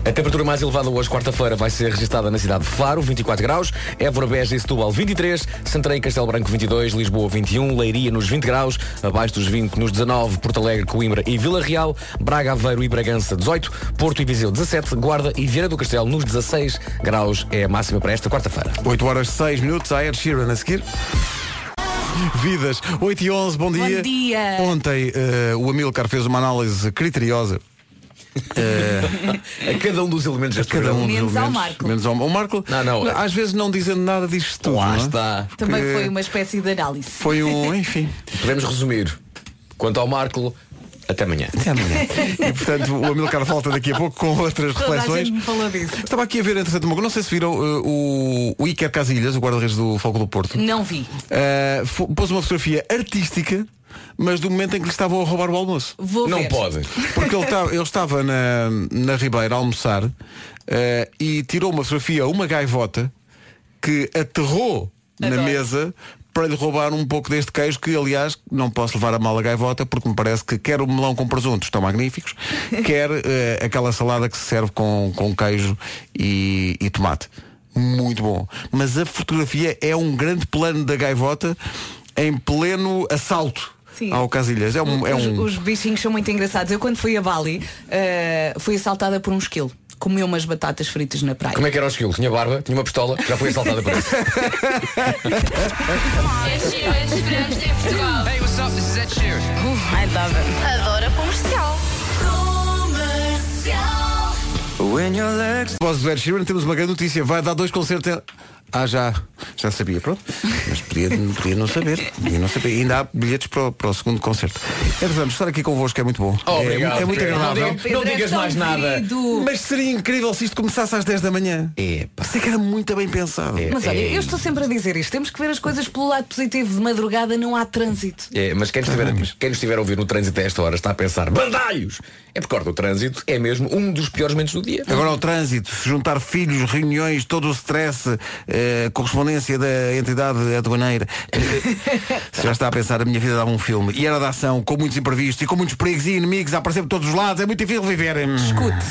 Speaker 5: A temperatura mais elevada hoje, quarta-feira, vai ser registada na cidade de Faro, 24 graus, Évora, Beja e Setúbal, 23, Santarém e Castelo Branco, 22, Lisboa, 21, Leiria, nos 20 graus, abaixo dos 20, nos 19, Porto Alegre, Coimbra e Vila Real, Braga, Aveiro e Bragança, 18, Porto e Viseu, 17, Guarda e Vieira do Castelo, nos 16 graus, é a máxima para esta quarta-feira.
Speaker 1: 8 horas 6 minutos, a Ed Sheeran a seguir. Vidas, 8 e 11, bom dia.
Speaker 3: dia.
Speaker 1: Ontem eh, o Amilcar fez uma análise criteriosa.
Speaker 5: A cada um dos elementos deste
Speaker 1: Cada um
Speaker 5: programa.
Speaker 1: dos
Speaker 3: Menos ao
Speaker 1: elementos.
Speaker 3: Marco.
Speaker 1: Menos ao o Marco.
Speaker 5: Não, não.
Speaker 1: Às vezes não dizendo nada diz tudo. não
Speaker 5: Lá
Speaker 1: é?
Speaker 5: está.
Speaker 3: Também
Speaker 1: Que-
Speaker 3: foi uma espécie de análise.
Speaker 1: Foi um, enfim.
Speaker 5: Podemos resumir. Quanto ao Marco, até amanhã.
Speaker 1: Até amanhã. e portanto o Amilcar volta daqui a pouco com outras
Speaker 3: Toda a
Speaker 1: reflexões.
Speaker 3: gente me falou disso.
Speaker 1: Estava aqui a ver, entretanto, uma coisa. não sei se viram eh, o, o Iker Casilhas, o guarda-redes do Foco do Porto.
Speaker 3: Não vi.
Speaker 1: eh, fo- pôs uma fotografia artística, mas do momento em que lhe estavam a roubar o almoço.
Speaker 3: Vou
Speaker 5: Não
Speaker 3: ver.
Speaker 5: pode.
Speaker 1: Porque ele, ta- ele estava na, na Ribeira a almoçar eh, e tirou uma fotografia a uma gaivota que aterrou na
Speaker 3: Adoro.
Speaker 1: mesa para lhe roubar um pouco deste queijo que, aliás, não posso levar a mal a gaivota porque me parece que quer o melão com presunto, estão magníficos, quer eh, aquela salada que se serve com, com queijo e, e tomate. Muito bom. Mas a fotografia é um grande plano da gaivota em pleno assalto
Speaker 3: Sim.
Speaker 1: ao Casilhas. É um, é
Speaker 3: Os,
Speaker 1: um...
Speaker 3: os bichinhos são muito engraçados. Eu quando fui a Bali eh, fui assaltada por um esquilo. Comeu umas batatas fritas na praia.
Speaker 5: Como é que era o esquilo? Tinha barba, tinha uma pistola, já foi assaltada por isso.
Speaker 9: Adoro comercial.
Speaker 1: propósito do Ed Sheeran, temos uma grande notícia. Vai dar dois concertos. em- Ah, já, já sabia, pronto. Mas podia, podia não saber. Podia não saber. Ainda há bilhetes para o, para o segundo concerto. Ed, vamos estar aqui convosco é muito bom.
Speaker 5: Oh,
Speaker 1: É-
Speaker 5: obrigado,
Speaker 1: é, muito
Speaker 5: Pedro.
Speaker 1: agradável.
Speaker 5: Não digas- não digas mais nada.
Speaker 1: Mas seria incrível se isto começasse às 10 da manhã.
Speaker 5: Epá.
Speaker 1: Sei que era muito bem pensado.
Speaker 5: É,
Speaker 3: Mas olha, eu estou sempre a dizer isto. Temos que ver as coisas pelo lado positivo. De madrugada não há trânsito.
Speaker 5: É, mas quem nos, estiver, quem nos estiver a ouvir no trânsito a esta hora está a pensar bandalhos! É porque ora, o trânsito é mesmo um dos piores momentos do dia.
Speaker 1: Agora o trânsito, se juntar filhos, reuniões, todo o stress, eh, correspondência da entidade aduaneira. eh, se já está a pensar, a minha vida dava um filme. E era de ação, com muitos imprevistos e com muitos perigos e inimigos a aparecer por todos os lados. É muito difícil viver. Hum.
Speaker 3: Escute.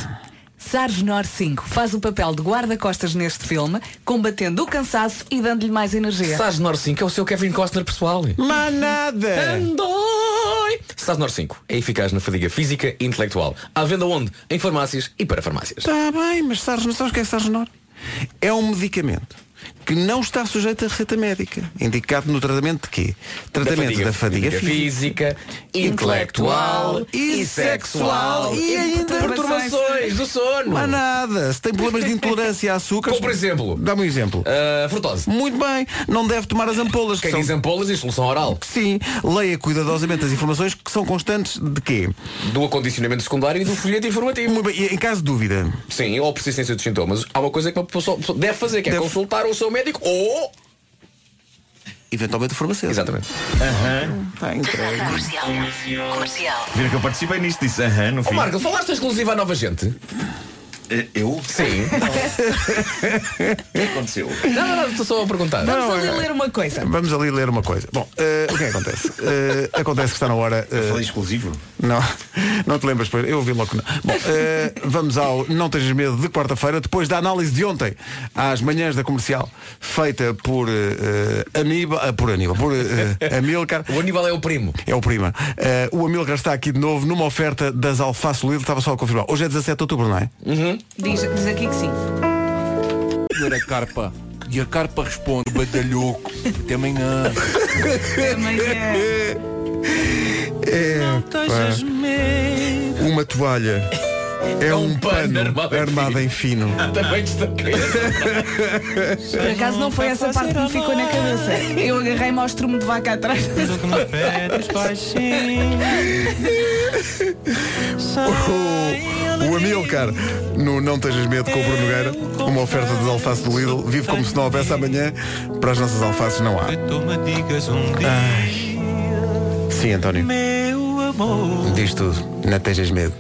Speaker 3: Sargenor 5 faz o papel de guarda-costas neste filme, combatendo o cansaço e dando-lhe mais energia.
Speaker 5: Sás Nor 5 é o seu Kevin Costner pessoal.
Speaker 1: Manada!
Speaker 5: Andoi! Hum. Sás Nor 5 é eficaz na fadiga física e intelectual. À venda onde? Em farmácias e para farmácias.
Speaker 1: Está bem, mas Sargenor, sabes o que é Sargenor? É um medicamento que não está sujeito a receita médica. Indicado no tratamento de quê? Tratamento da fadiga,
Speaker 5: física,
Speaker 1: física.
Speaker 5: intelectual e sexual
Speaker 1: e ainda
Speaker 5: perturbações do sono.
Speaker 1: Mas nada, se tem problemas de intolerância a açúcar.
Speaker 5: Como por exemplo?
Speaker 1: Dá-me um exemplo.
Speaker 5: Ah, frutose.
Speaker 1: Muito bem, não deve tomar as ampolas. que
Speaker 5: Quem
Speaker 1: são-
Speaker 5: diz ampolas diz solução oral.
Speaker 1: Sim, leia cuidadosamente as informações que são constantes de quê?
Speaker 5: Do acondicionamento secundário e do folheto informativo.
Speaker 1: Muito bem, e em caso de dúvida,
Speaker 5: Sim, ou persistência dos sintomas. Há uma coisa que uma pessoa pessoa deve fazer, que é
Speaker 1: Deve-
Speaker 5: consultar o seu médico Oh! ou...
Speaker 1: eventualmente o farmacêutico.
Speaker 5: Exatamente.
Speaker 1: Está entregue.
Speaker 9: Comercial. Comercial.
Speaker 10: Viram que eu participei nisto, disse aham, no
Speaker 5: Ó
Speaker 10: fim.
Speaker 5: Marco, falaste exclusiva à nova gente?
Speaker 10: Eh, Eu?
Speaker 5: Sim.
Speaker 10: O que aconteceu?
Speaker 5: não, não, não, estou só a perguntar.
Speaker 3: Vamos ali ler uma coisa.
Speaker 1: Vamos ali ler uma coisa. Bom, eh, o que é que acontece? Eh, acontece que está na hora.
Speaker 5: É
Speaker 1: eh,
Speaker 10: Falei exclusivo?
Speaker 1: não, não te lembras, pois. Eu ouvi logo que não. Bom, eh, vamos ao Não Tens Medo de quarta-feira, depois da análise de ontem às manhãs da comercial, feita por eh, eh, Aníbal. ah, por Aníbal, por eh, Amilcar.
Speaker 5: O Aníbal é o primo.
Speaker 1: É o prima. Eh, o Amilcar está aqui de novo numa oferta das Alface Lidl. Estava só a confirmar. Hoje é 17 de outubro, não é?
Speaker 3: Diz, diz aqui que sim.
Speaker 11: a carpa. E a carpa responde, batalhoco. Até amanhã.
Speaker 3: Amanhã.
Speaker 1: Uma toalha É um pano armado em Ah, fino.
Speaker 5: Também destaquei.
Speaker 3: Por acaso não foi essa parte que me ficou na cabeça. Eu agarrei-me ao estrumo de vaca atrás.
Speaker 1: Oh, O, o Amilcar, no Não Tejas Medo com o Bruno Nogueira, uma oferta das alfaces do Lidl, vive como se não houvesse amanhã, para as nossas alfaces não há.
Speaker 10: Um
Speaker 12: um
Speaker 1: Ai. Sim, António.
Speaker 12: Meu amor,
Speaker 1: Diz tudo, não tejas medo.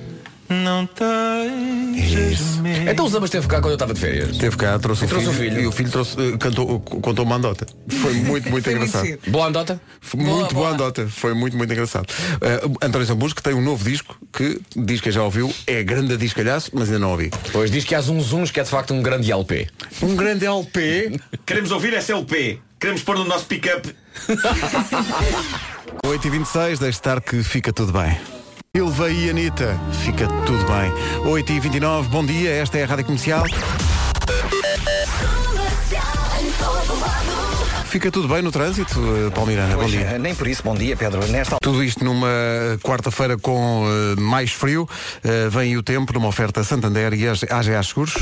Speaker 12: não
Speaker 1: É
Speaker 12: tens medo.
Speaker 5: Então os ambas teve cá quando eu estava de férias.
Speaker 1: Teve cá, trouxe,
Speaker 5: E
Speaker 1: o,
Speaker 5: trouxe
Speaker 1: filho,
Speaker 5: o filho.
Speaker 1: E o filho trouxe, eh, cantou, contou uma andota. Foi muito, muito
Speaker 3: Foi muito
Speaker 1: engraçado.
Speaker 3: giro.
Speaker 5: Boa andota?
Speaker 1: Foi muito boa, andota, foi muito, muito engraçado. Eh, António Sambusco tem um novo disco que diz que já ouviu, é grande a discalhaço, mas ainda não ouvi.
Speaker 5: Pois diz que há uns uns que é de facto um grande LP.
Speaker 1: Um grande LP,
Speaker 10: Queremos ouvir essa LP. Queremos pôr no nosso pick-up.
Speaker 1: 8h26, deixe estar que fica tudo bem. Ilva e Anitta, fica tudo bem. 8h29, bom dia, esta é a Rádio Comercial. Fica tudo bem no trânsito, eh, Paulo Miranda, bom
Speaker 2: Pois,
Speaker 1: dia.
Speaker 2: eh, nem por isso, bom dia, Pedro. Nesta
Speaker 1: Tudo isto numa quarta-feira com eh, mais frio. Eh, vem aí o tempo numa oferta Santander e AGA Seguros.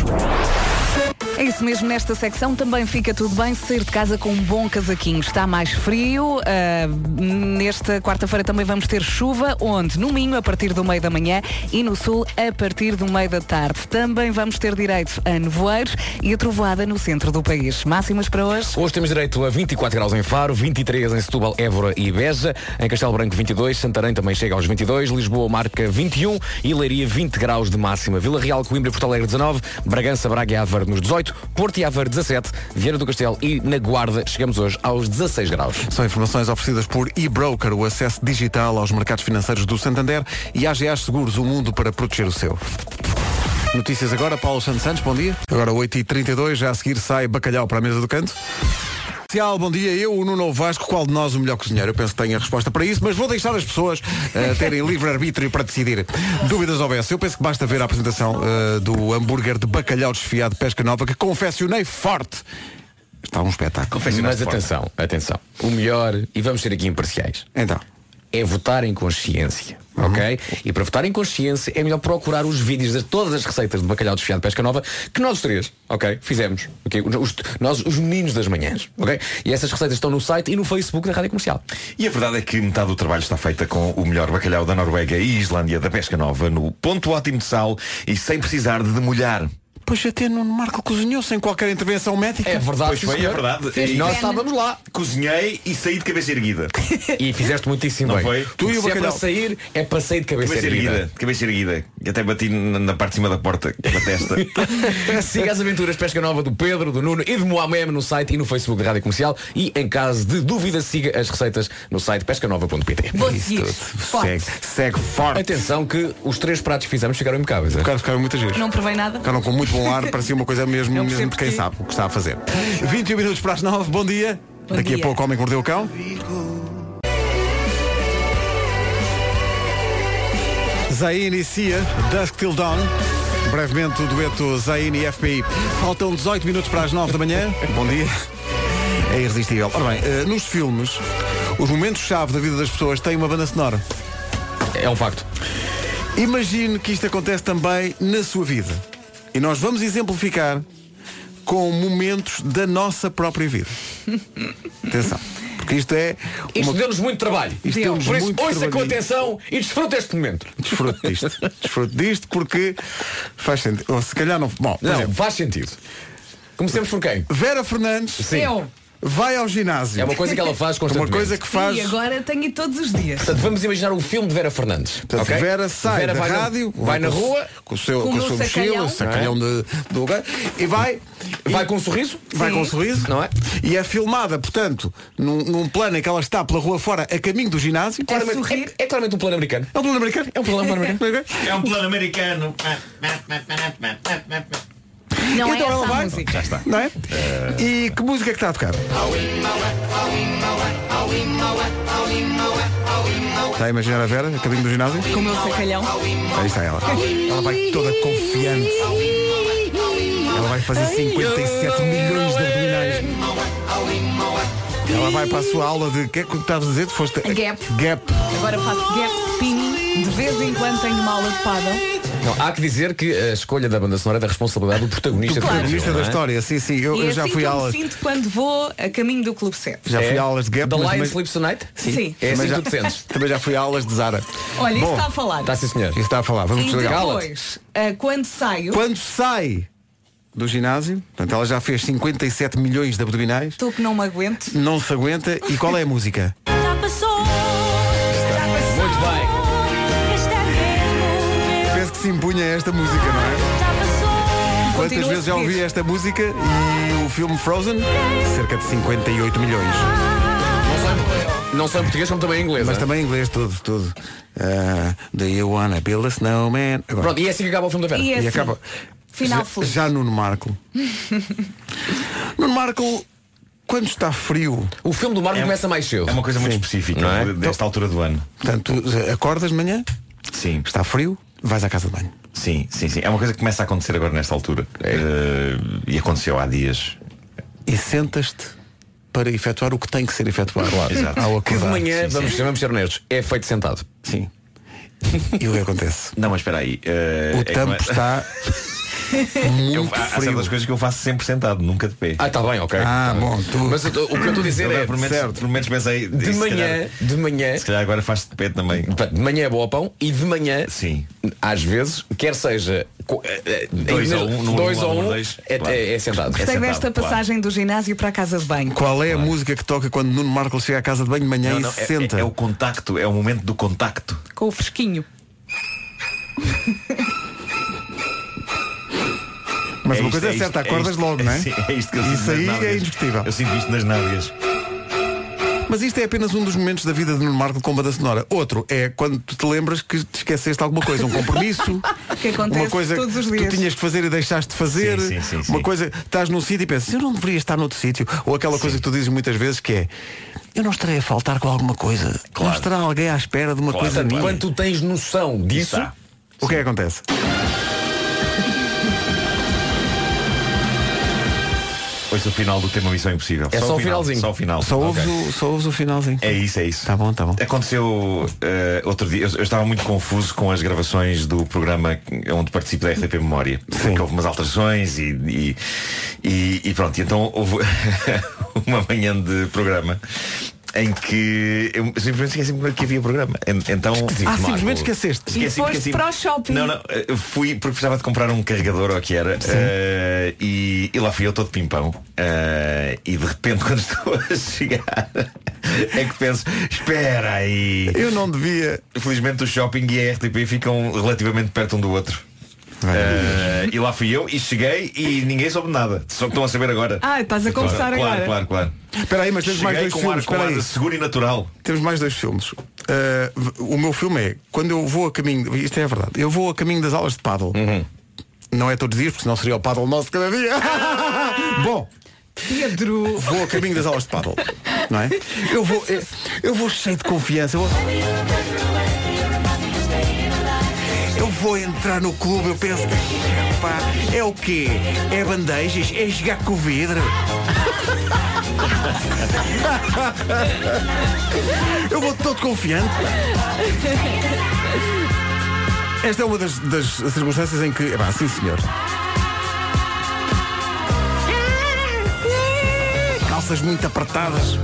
Speaker 3: É isso mesmo, nesta secção também fica tudo bem sair de casa com um bom casaquinho. Está mais frio, ah, nesta quarta-feira também vamos ter chuva, onde? No Minho, a partir do meio da manhã, e no Sul, a partir do meio da tarde. Também vamos ter direito a nevoeiros e a trovoada no centro do país. Máximas para hoje?
Speaker 5: Hoje temos direito a 24 graus em Faro, 23 em Setúbal, Évora e Beja, em Castelo Branco 22, Santarém também chega aos 22, Lisboa marca 21 e Leiria 20 graus de máxima, Vila Real, Coimbra e Porto Alegre 19, Bragança, Braga e Aveiro nos 18, Porto e Aveiro 17, Vieira do Castelo e na Guarda chegamos hoje aos 16 graus.
Speaker 1: São informações oferecidas por eBroker, o acesso digital aos mercados financeiros do Santander e AGA Seguros, o mundo para proteger o seu. Notícias agora, Paulo Santos Santos, bom dia. Agora 8h32, já a seguir sai bacalhau para a mesa do canto. Comercial, Bom dia, eu, o Nuno Vasco, qual de nós o melhor cozinheiro? Eu penso que tenho a resposta para isso, mas vou deixar as pessoas eh, terem livre arbítrio para decidir. Dúvidas houvesse, eu penso que basta ver a apresentação eh, do hambúrguer de bacalhau desfiado de pesca nova, que confeccionei forte. Está um espetáculo.
Speaker 5: Mas atenção, atenção. O melhor, e vamos ser aqui imparciais,
Speaker 1: Então, Uhum.
Speaker 5: é votar em consciência. Ok? E para votar em consciência é melhor procurar os vídeos de todas as receitas de bacalhau desfiado de pesca nova que nós os três, ok? Fizemos. ok? Os- Os, nós, os meninos das manhãs, ok? E essas receitas estão no site e no Facebook da Rádio Comercial.
Speaker 10: E a verdade é que metade do trabalho está feita com o melhor bacalhau da Noruega e Islândia da pesca nova no ponto ótimo de sal e sem precisar de demolhar.
Speaker 1: Pois até Nuno Marco cozinhou sem qualquer intervenção médica.
Speaker 5: É verdade,
Speaker 10: Pois
Speaker 5: sim,
Speaker 10: foi, é
Speaker 5: senhor.
Speaker 10: verdade.
Speaker 5: E
Speaker 10: E
Speaker 5: nós
Speaker 3: pena.
Speaker 5: estávamos lá.
Speaker 10: cozinhei e saí de cabeça erguida.
Speaker 5: E fizeste muitíssimo
Speaker 10: Não
Speaker 5: bem.
Speaker 10: foi?
Speaker 5: Tu
Speaker 1: Tu e
Speaker 5: e Se
Speaker 1: o
Speaker 5: é para
Speaker 1: bacalhau.
Speaker 5: sair, é para sair de cabeça,
Speaker 10: Cabeça
Speaker 5: erguida.
Speaker 10: erguida. Cabeça erguida. E Até bati na, na parte de cima da porta com a testa.
Speaker 5: Siga as aventuras Pesca Nova do Pedro, do Nuno e de Moamem no site e no Facebook da Rádio Comercial. E em caso de dúvida, siga as receitas no site pescanova.pt.
Speaker 3: Vou seguir.
Speaker 1: Segue,
Speaker 3: Forte.
Speaker 1: segue forte.
Speaker 5: Atenção que os três pratos que fizemos chegaram impecáveis. é?
Speaker 1: Os caras ficaram muito giros.
Speaker 3: Não provei nada?
Speaker 1: Ficaram com muito bom ar, parecia uma coisa mesmo,
Speaker 3: Não
Speaker 1: mesmo
Speaker 3: percebo
Speaker 1: de quem
Speaker 3: que-
Speaker 1: sabe o que está a fazer. 21 minutos para as 9, bom dia.
Speaker 3: Bom
Speaker 1: Daqui
Speaker 3: dia.
Speaker 1: a pouco o homem que mordeu o cão. Zayn e Cia, Dusk Till Dawn. Brevemente o dueto Zayn e FPI. Faltam 18 minutos para as 9 da manhã. Bom dia. É irresistível. Ora bem, eh, nos filmes, os momentos-chave da vida das pessoas têm uma banda sonora.
Speaker 5: É um facto.
Speaker 1: Imagine que isto acontece também na sua vida. E nós vamos exemplificar com momentos da nossa própria vida. Atenção, porque isto é
Speaker 5: Isto
Speaker 1: uma...
Speaker 5: deu-nos muito trabalho.
Speaker 1: Isto deu-nos
Speaker 5: Por isso,
Speaker 1: muito
Speaker 5: ouça com
Speaker 1: trabalhinho.
Speaker 5: atenção e desfruta este momento.
Speaker 1: Desfrute disto. Desfrute disto porque faz sentido. Ou se calhar não. Bom, por
Speaker 5: Não,
Speaker 1: exemplo,
Speaker 5: faz sentido. Comecemos por quem?
Speaker 1: Vera Fernandes
Speaker 5: Sim.
Speaker 3: Eu.
Speaker 1: vai ao ginásio.
Speaker 5: É uma coisa que ela faz
Speaker 1: É uma
Speaker 5: constantemente.
Speaker 1: coisa que faz.
Speaker 3: E agora tenho ido todos os dias.
Speaker 5: Portanto, vamos imaginar um filme de Vera Fernandes.
Speaker 1: Portanto,
Speaker 5: ok?
Speaker 1: Vera sai da
Speaker 5: vai na-
Speaker 1: rádio,
Speaker 5: vai na
Speaker 1: com o-
Speaker 5: rua,
Speaker 1: com o seu,
Speaker 3: com
Speaker 1: com o
Speaker 3: o
Speaker 1: seu
Speaker 3: meu
Speaker 1: mochila,
Speaker 3: sacalhão.
Speaker 1: sacalhão de, do lugar, e vai
Speaker 5: vai com um sorriso.
Speaker 1: Vai com um sorriso
Speaker 5: Não é?
Speaker 1: E é filmada, portanto, num, num plano em que ela está pela rua fora a caminho do ginásio.
Speaker 5: Claramente-
Speaker 3: sorrir.
Speaker 5: é, é claramente um plano americano.
Speaker 1: É um plano americano?
Speaker 5: É um plano americano.
Speaker 10: é um plano americano.
Speaker 3: Não
Speaker 1: então
Speaker 3: é
Speaker 1: ela
Speaker 3: essa a
Speaker 1: vai.
Speaker 3: música.
Speaker 1: Já está. Não é?
Speaker 5: Eh,
Speaker 1: E que música é que está a tocar? Está a imaginar a Vera, a caminho do ginásio?
Speaker 3: Com o meu sacalhão.
Speaker 1: Aí está ela. Ela vai toda confiante. Ela vai fazer 57 milhões de abdominais. Ela vai para a sua aula de. O que é que estavas a dizer? Tu Foste...
Speaker 3: Gap.
Speaker 1: Gap.
Speaker 3: Agora faço gap spinning. De vez em quando tenho uma aula de paddle.
Speaker 5: Não, há que dizer que a escolha da banda sonora é da responsabilidade do protagonista do
Speaker 1: Claro.
Speaker 5: filme,
Speaker 1: Protagonista
Speaker 5: não é?
Speaker 1: da história, sim, sim. Eu-
Speaker 3: e
Speaker 1: eu
Speaker 3: assim
Speaker 1: já fui
Speaker 3: que eu
Speaker 1: a
Speaker 3: me
Speaker 1: aulas-
Speaker 3: sinto quando vou a caminho do Clube 7.
Speaker 1: Já fui a aulas de Gap.
Speaker 5: É? The
Speaker 1: mas
Speaker 5: Lion
Speaker 1: também-
Speaker 5: Sleeps Tonight?
Speaker 1: Sim.
Speaker 3: Sim.
Speaker 5: É assim
Speaker 1: Também
Speaker 5: que
Speaker 1: já-
Speaker 5: tu te sentes.
Speaker 1: Também já fui a aulas de Zara.
Speaker 3: Olha, isso
Speaker 1: Bom,
Speaker 3: está a falar.
Speaker 1: Está sim, senhor. Isso está a falar. Vamos
Speaker 3: e depois, ah, quando saio,
Speaker 1: Quando sai do ginásio, portanto, ela já fez 57 milhões de abdominais,
Speaker 3: estou que não me aguento.
Speaker 1: não se aguenta. E qual é a música?
Speaker 3: Já passou.
Speaker 5: Muito bem.
Speaker 3: é
Speaker 1: Penso que se impunha a esta música, não é? E Quantas
Speaker 3: Continua a
Speaker 1: vezes já
Speaker 3: seguir.
Speaker 1: ouvi esta música e o filme Frozen? Cerca de 58 milhões.
Speaker 5: Não só em português, como também em inglês.
Speaker 1: Mas
Speaker 5: é?
Speaker 1: também em inglês, tudo, tudo. Ah, do you wanna build a snowman? Agora.
Speaker 5: Pronto, e é assim que acaba o filme da Vera.
Speaker 1: E acaba.
Speaker 3: Final
Speaker 1: já,
Speaker 3: feliz.
Speaker 1: já Nuno Marco. Nuno Marco, quando está frio. um-
Speaker 5: O filme do Marco começa mais cedo.
Speaker 10: É uma coisa muito específica,
Speaker 5: Não é?
Speaker 10: de- desta
Speaker 1: Então,
Speaker 10: altura do ano.
Speaker 1: Portanto, acordas de manhã?
Speaker 10: Sim.
Speaker 1: Está frio? Vais à casa de banho.
Speaker 10: Sim, sim, sim. É uma coisa que começa a acontecer agora nesta altura.
Speaker 1: É.
Speaker 10: Eh, e aconteceu há dias.
Speaker 1: E sentas-te para efetuar o que tem que ser efetuado.
Speaker 5: Claro.
Speaker 1: Exato. Ao
Speaker 5: Que de
Speaker 1: acordar.
Speaker 5: manhã, vamos, vamos ser honestos, é feito sentado.
Speaker 1: Sim. E o que acontece?
Speaker 10: Não, mas espera aí. eh,
Speaker 1: O
Speaker 10: é que
Speaker 1: tampo
Speaker 10: não é-
Speaker 1: está muito
Speaker 10: Eu- há- há,
Speaker 1: frio.
Speaker 10: certas coisas que eu faço sempre sentado, nunca de pé.
Speaker 5: Ah, está bem, ok. Tá
Speaker 1: Ah,
Speaker 5: bem.
Speaker 1: bom, tu-
Speaker 5: Mas eu tô- o que eu estou a dizer
Speaker 10: Eu,
Speaker 5: é.
Speaker 10: por momentos,
Speaker 1: certo.
Speaker 10: por momentos pensei,
Speaker 5: De
Speaker 10: se
Speaker 5: manhã,
Speaker 10: calhar-
Speaker 5: de manhã,
Speaker 10: se calhar agora faz-te de pé também.
Speaker 5: Portanto, de manhã é bom ao pão e de manhã,
Speaker 10: Sim.
Speaker 5: às vezes, quer seja co- eh, eh,
Speaker 10: Dois
Speaker 5: em-
Speaker 10: ou um, número
Speaker 5: dois
Speaker 10: um,
Speaker 5: ou
Speaker 10: número
Speaker 5: um,
Speaker 10: dois,
Speaker 5: é,
Speaker 10: claro.
Speaker 5: é- é sentado.
Speaker 10: É
Speaker 3: Tenho
Speaker 10: sentado,
Speaker 3: esta
Speaker 10: claro.
Speaker 3: passagem do ginásio para a casa de banho.
Speaker 1: Qual é a música que toca quando Nuno Marco chega à casa de banho de manhã
Speaker 10: Não,
Speaker 1: e
Speaker 10: não, é-
Speaker 1: se senta?
Speaker 10: é- é o contacto, é o momento do contacto.
Speaker 3: Com o fresquinho.
Speaker 1: Mas
Speaker 10: É
Speaker 1: uma
Speaker 10: isto,
Speaker 1: coisa é,
Speaker 10: isto,
Speaker 1: certa, acordas
Speaker 10: isto,
Speaker 1: logo, não é?
Speaker 10: sim, É isto que eu
Speaker 1: Isso
Speaker 10: sinto nas
Speaker 1: aí
Speaker 10: nádegas.
Speaker 1: é indiscutível.
Speaker 10: Eu sinto isto nas nádegas.
Speaker 1: Mas isto é apenas um dos momentos da vida de Nuno Marco com banda sonora. Outro é quando tu te lembras que te esqueceste alguma coisa, um compromisso,
Speaker 3: Que acontece
Speaker 1: uma coisa
Speaker 3: todos os
Speaker 1: que
Speaker 3: dias.
Speaker 1: tu tinhas que fazer e deixaste de fazer,
Speaker 10: Sim, sim, sim, sim.
Speaker 1: uma coisa, estás num sítio e pensas, eu não deveria estar noutro sítio, ou aquela coisa que tu dizes muitas vezes que é, eu não estarei a faltar com alguma coisa, não estará alguém à espera de uma coisa
Speaker 5: Portanto,
Speaker 1: minha.
Speaker 5: quando tu tens noção disso,
Speaker 10: Está.
Speaker 1: O que é que acontece?
Speaker 10: Pois o final do tema Missão Impossível.
Speaker 5: É só o
Speaker 10: o final,
Speaker 5: finalzinho.
Speaker 10: Só o final.
Speaker 1: Só, ouves
Speaker 10: Ok.
Speaker 1: o, só ouves o finalzinho.
Speaker 10: É isso, é isso.
Speaker 1: Tá bom, tá bom.
Speaker 10: Aconteceu eh, outro dia, eu, eu estava muito confuso com as gravações do programa onde participo da RTP Memória. Porque houve umas alterações e, e, e- e pronto, E então houve uma manhã de programa em que eu simplesmente esqueci-me é que havia programa. En- Então,
Speaker 1: Ah, simplesmente
Speaker 10: Marco.
Speaker 1: esqueceste.
Speaker 10: Esqueci-me,
Speaker 3: E foste
Speaker 10: esqueci-me.
Speaker 3: para o shopping.
Speaker 10: Não, não, eh, fui porque precisava de comprar um carregador ou o que era eh, e, e lá fui eu todo pimpão eh, e de repente quando estou a chegar é que penso, espera aí.
Speaker 1: Eu não devia.
Speaker 10: Felizmente o shopping e a RTP ficam relativamente perto um do outro. Eh, e lá fui eu e cheguei e ninguém soube nada. Só que estão a saber agora.
Speaker 3: Ah, estás a conversar
Speaker 10: claro,
Speaker 3: agora.
Speaker 10: Claro, claro, claro.
Speaker 1: é? Espera aí, mas temos mais
Speaker 10: Cheguei
Speaker 1: dois
Speaker 10: com
Speaker 1: filmes.
Speaker 10: ar, com
Speaker 1: Espera
Speaker 10: ar
Speaker 1: aí.
Speaker 10: seguro e natural.
Speaker 1: Temos mais dois filmes. Ah, v- o meu filme é quando eu vou a caminho, isto é a verdade, eu vou a caminho das aulas de paddle.
Speaker 10: Uhum.
Speaker 1: Não é todos os dias, porque senão seria o paddle nosso cada dia. Bom,
Speaker 3: Pedro.
Speaker 1: vou a caminho das aulas de paddle. Não é? Eu vou, eu, eu vou cheio de confiança. Eu vou... Eu vou entrar no clube, eu penso, pá, é o quê? É bandejas? É jogar com o vidro? Eu vou todo confiante. Esta é uma das, das circunstâncias em que. Epá, sim senhor. Calças muito apertadas,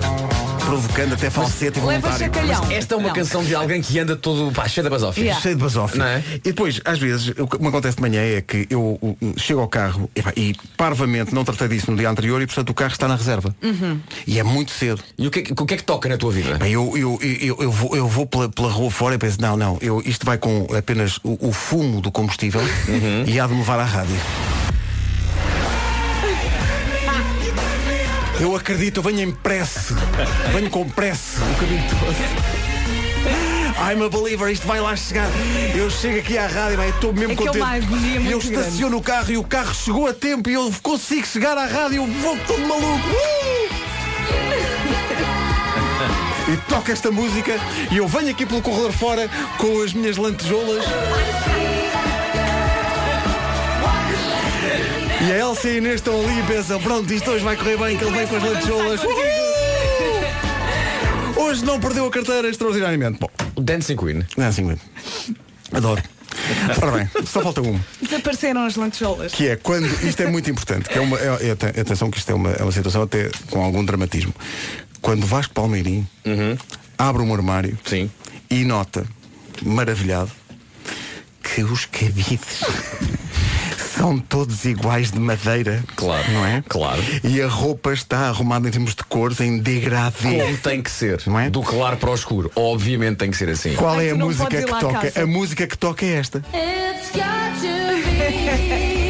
Speaker 1: provocando até falsete e
Speaker 3: Leva
Speaker 1: voluntário.
Speaker 3: chacalhão.
Speaker 5: esta é uma
Speaker 3: Não.
Speaker 5: canção de alguém que anda todo pá, cheio de basófia.
Speaker 3: Yeah.
Speaker 1: Cheio de basófia.
Speaker 5: Não é?
Speaker 1: E depois, às vezes, o que me acontece de manhã é que eu uh, chego ao carro epá, e parvamente não tratei disso no dia anterior e portanto o carro está na reserva.
Speaker 3: Uhum.
Speaker 1: E é muito cedo.
Speaker 5: E o que, é que- o que é que toca na tua vida?
Speaker 1: Bem, Eu, eu, eu, eu vou, eu vou pela, pela rua fora e penso, não, não, eu, isto vai com apenas o, o fumo do combustível
Speaker 5: Uhum.
Speaker 1: e há de me levar à rádio. Uhum. Eu acredito, eu venho em pressa, venho com pressa o caminho todo. I'm a believer, isto vai lá chegar. Eu chego aqui à rádio, vai, estou mesmo
Speaker 3: É que é
Speaker 1: contente.
Speaker 3: uma agonia
Speaker 1: e eu
Speaker 3: muito grande.
Speaker 1: estaciono o carro e o carro chegou a tempo e eu consigo chegar à rádio, eu vou todo maluco. Uh! e toca esta música e eu venho aqui pelo corredor fora com as minhas lantejoulas. E a Elsa e a Inês estão ali e pensam, pronto, isto hoje vai correr bem, que ele vem com as lantejoulas. Uh! Uhul! Hoje não perdeu a carteira extraordinariamente. Bom,
Speaker 5: Dancing Queen.
Speaker 1: não é assim, Adoro. Ora bem, só falta um.
Speaker 3: Desapareceram as lancholas.
Speaker 1: Que é quando. Isto é muito importante. Que é uma, é- é- aten- atenção que isto é uma, é uma situação até com algum dramatismo. Quando Vasco Palmeirim abre um armário e nota, maravilhado, que os cabides são todos iguais de madeira. Claro. Não é?
Speaker 5: Claro.
Speaker 1: E a roupa está arrumada em termos de cores em degradê.
Speaker 5: Como tem que ser. Do claro para o escuro. Obviamente tem que ser assim.
Speaker 1: é? Qual é a música que toca? A música que toca é esta.
Speaker 7: It's got to be.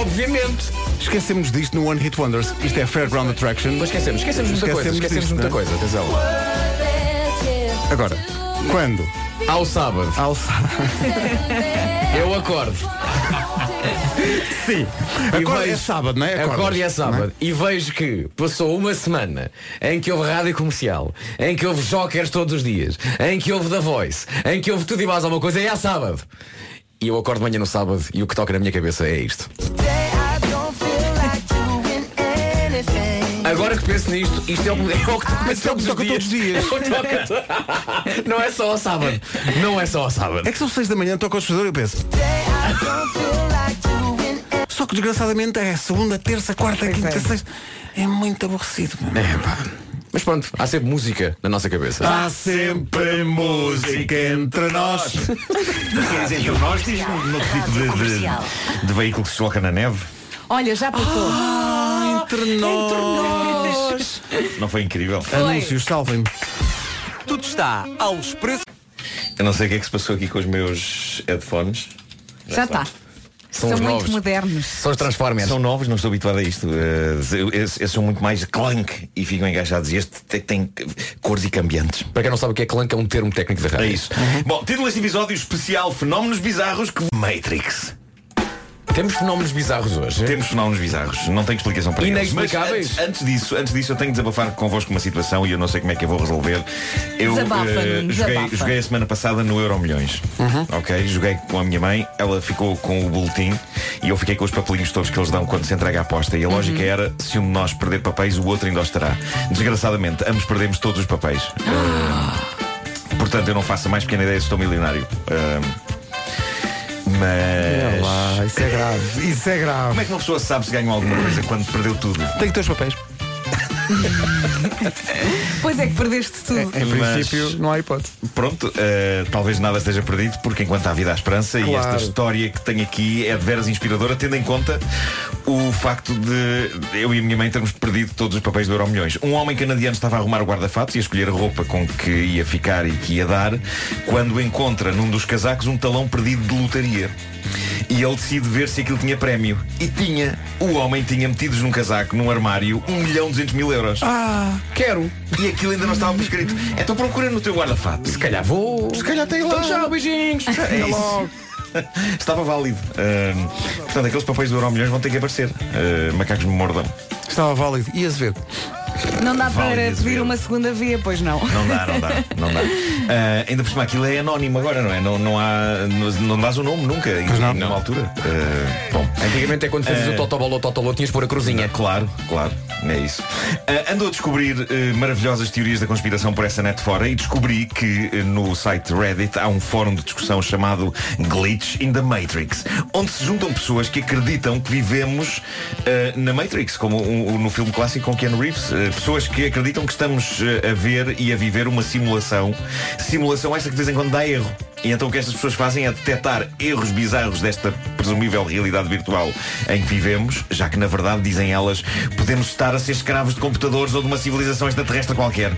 Speaker 5: Obviamente.
Speaker 1: Esquecemos disto no One Hit Wonders. Isto é Fairground Attraction. Mas
Speaker 5: esquecemos, esquecemos muita coisa, esquecemos muita coisa, atenção.
Speaker 1: é? Agora, quando?
Speaker 5: Ao sábado.
Speaker 1: Ao sábado.
Speaker 5: Eu acordo.
Speaker 1: Sim. Acordo é sábado, não é? Acordas,
Speaker 5: acordo e é
Speaker 1: não
Speaker 5: sábado. E vejo que passou uma semana em que houve rádio comercial, em que houve jokers todos os dias, em que houve The Voice, em que houve tudo e mais alguma coisa e é sábado. E eu acordo de manhã no sábado e o que toca na minha cabeça é isto. Agora que penso nisto, isto é o, é o que toca, todos, os dias. É o que toca- não é só ao sábado. Não é só ao sábado.
Speaker 1: É que são seis da manhã, toca o assustador e eu penso. Só que desgraçadamente é segunda, terça, quarta, quinta, sexta. É muito aborrecido.
Speaker 5: É, pá. Mas pronto, há sempre música na nossa cabeça.
Speaker 1: Há sempre música entre nós.
Speaker 10: Quer dizer, entre nós diz um outro tipo de, de, de veículo que se coloca na neve.
Speaker 3: Olha, já passou.
Speaker 12: Ah,
Speaker 1: entre nós.
Speaker 10: Não foi incrível?
Speaker 1: Anúncios, salvem-me.
Speaker 12: Tudo está aos preços.
Speaker 10: Eu não sei o que é que se passou aqui com os meus headphones.
Speaker 3: Já está. São, muito modernos.
Speaker 5: São os Transformers.
Speaker 10: São novos, não estou habituado a isto. Eh, Esses esses são muito mais clank e ficam encaixados. E este te- tem, cores e cambiantes.
Speaker 5: Para quem não sabe o que é clunk, é um termo técnico da rádio.
Speaker 10: É isso. Bom, título deste episódio especial Fenómenos Bizarros que Matrix.
Speaker 5: Temos fenómenos bizarros hoje.
Speaker 10: Temos fenómenos bizarros. Não tenho explicação para eles.
Speaker 5: Inexplicáveis.
Speaker 10: Mas antes, antes disso, antes disso, eu tenho de desabafar convosco uma situação e eu não sei como é que eu vou resolver. Eu
Speaker 12: Desabafa,
Speaker 10: eh,
Speaker 12: Nuno,
Speaker 10: joguei,
Speaker 12: desabafa.
Speaker 10: joguei a semana passada no Euro Milhões.
Speaker 5: Uhum.
Speaker 10: Ok? Joguei com a minha mãe, ela ficou com o boletim e eu fiquei com os papelinhos todos que eles dão quando se entrega a aposta. E a lógica era, se um de nós perder papéis, o outro ainda os terá. Desgraçadamente, ambos perdemos todos os papéis. Eh, portanto, eu não faço a mais pequena ideia se estou milionário. Eh, mas.
Speaker 1: isso é grave. Isso é grave.
Speaker 10: Como é que uma pessoa sabe se ganhou alguma coisa quando perdeu tudo?
Speaker 1: Tem que ter os papéis.
Speaker 3: Pois é que perdeste tudo.
Speaker 10: Em princípio,
Speaker 1: não há hipótese.
Speaker 10: Pronto, eh, talvez nada esteja perdido, porque enquanto há vida há esperança e
Speaker 12: Claro.
Speaker 10: esta história que tenho aqui é de veras inspiradora, tendo em conta o facto de eu e a minha mãe termos perdido todos os papéis do Euro Milhões. Um homem canadiano estava a arrumar o guarda-fatos e a escolher a roupa com que ia ficar e que ia dar, quando encontra num dos casacos um talão perdido de lotaria. E ele decide ver se aquilo tinha prémio. E tinha. O homem tinha metidos num casaco, num armário, 1 milhão 200 mil euros.
Speaker 1: Ah,
Speaker 5: quero.
Speaker 10: E aquilo ainda não estava prescrito. Então procura no teu guarda-fato. Se
Speaker 5: calhar vou.
Speaker 10: Se calhar tem
Speaker 5: Então tchau, beijinhos.
Speaker 10: É
Speaker 5: Até
Speaker 10: isso.
Speaker 5: logo.
Speaker 10: Estava válido. Ahm, portanto, aqueles papéis do Euro Milhões vão ter que aparecer. Ah, macacos me mordam.
Speaker 1: Estava válido. E Azevedo?
Speaker 3: Não dá
Speaker 10: Vale
Speaker 3: para
Speaker 10: Azevedo.
Speaker 3: pedir uma segunda via, pois não.
Speaker 10: Não dá, não dá, não dá. Ah, ainda por cima, aquilo é anónimo agora, não é? Não, não há. Não, não dás o nome nunca, em nenhuma altura. Ah, bom.
Speaker 5: Antigamente é quando fazes o
Speaker 10: Ah,
Speaker 5: totobolo ou totolô, tinhas de pôr a cruzinha.
Speaker 10: Claro, claro, é isso. Ah, ando a descobrir eh, maravilhosas teorias da conspiração por essa net fora e descobri que eh, no site Reddit há um fórum de discussão chamado Glitch in the Matrix, onde se juntam pessoas que acreditam que vivemos eh, na Matrix, como o- o- no filme clássico com Keanu Reeves. Eh, pessoas que acreditam que estamos eh, a ver e a viver uma simulação. Simulação esta que de vez em quando dá erro. E então o que estas pessoas fazem é detectar erros bizarros desta presumível realidade virtual em que vivemos, já que na verdade, dizem elas, podemos estar a ser escravos de computadores ou de uma civilização extraterrestre qualquer.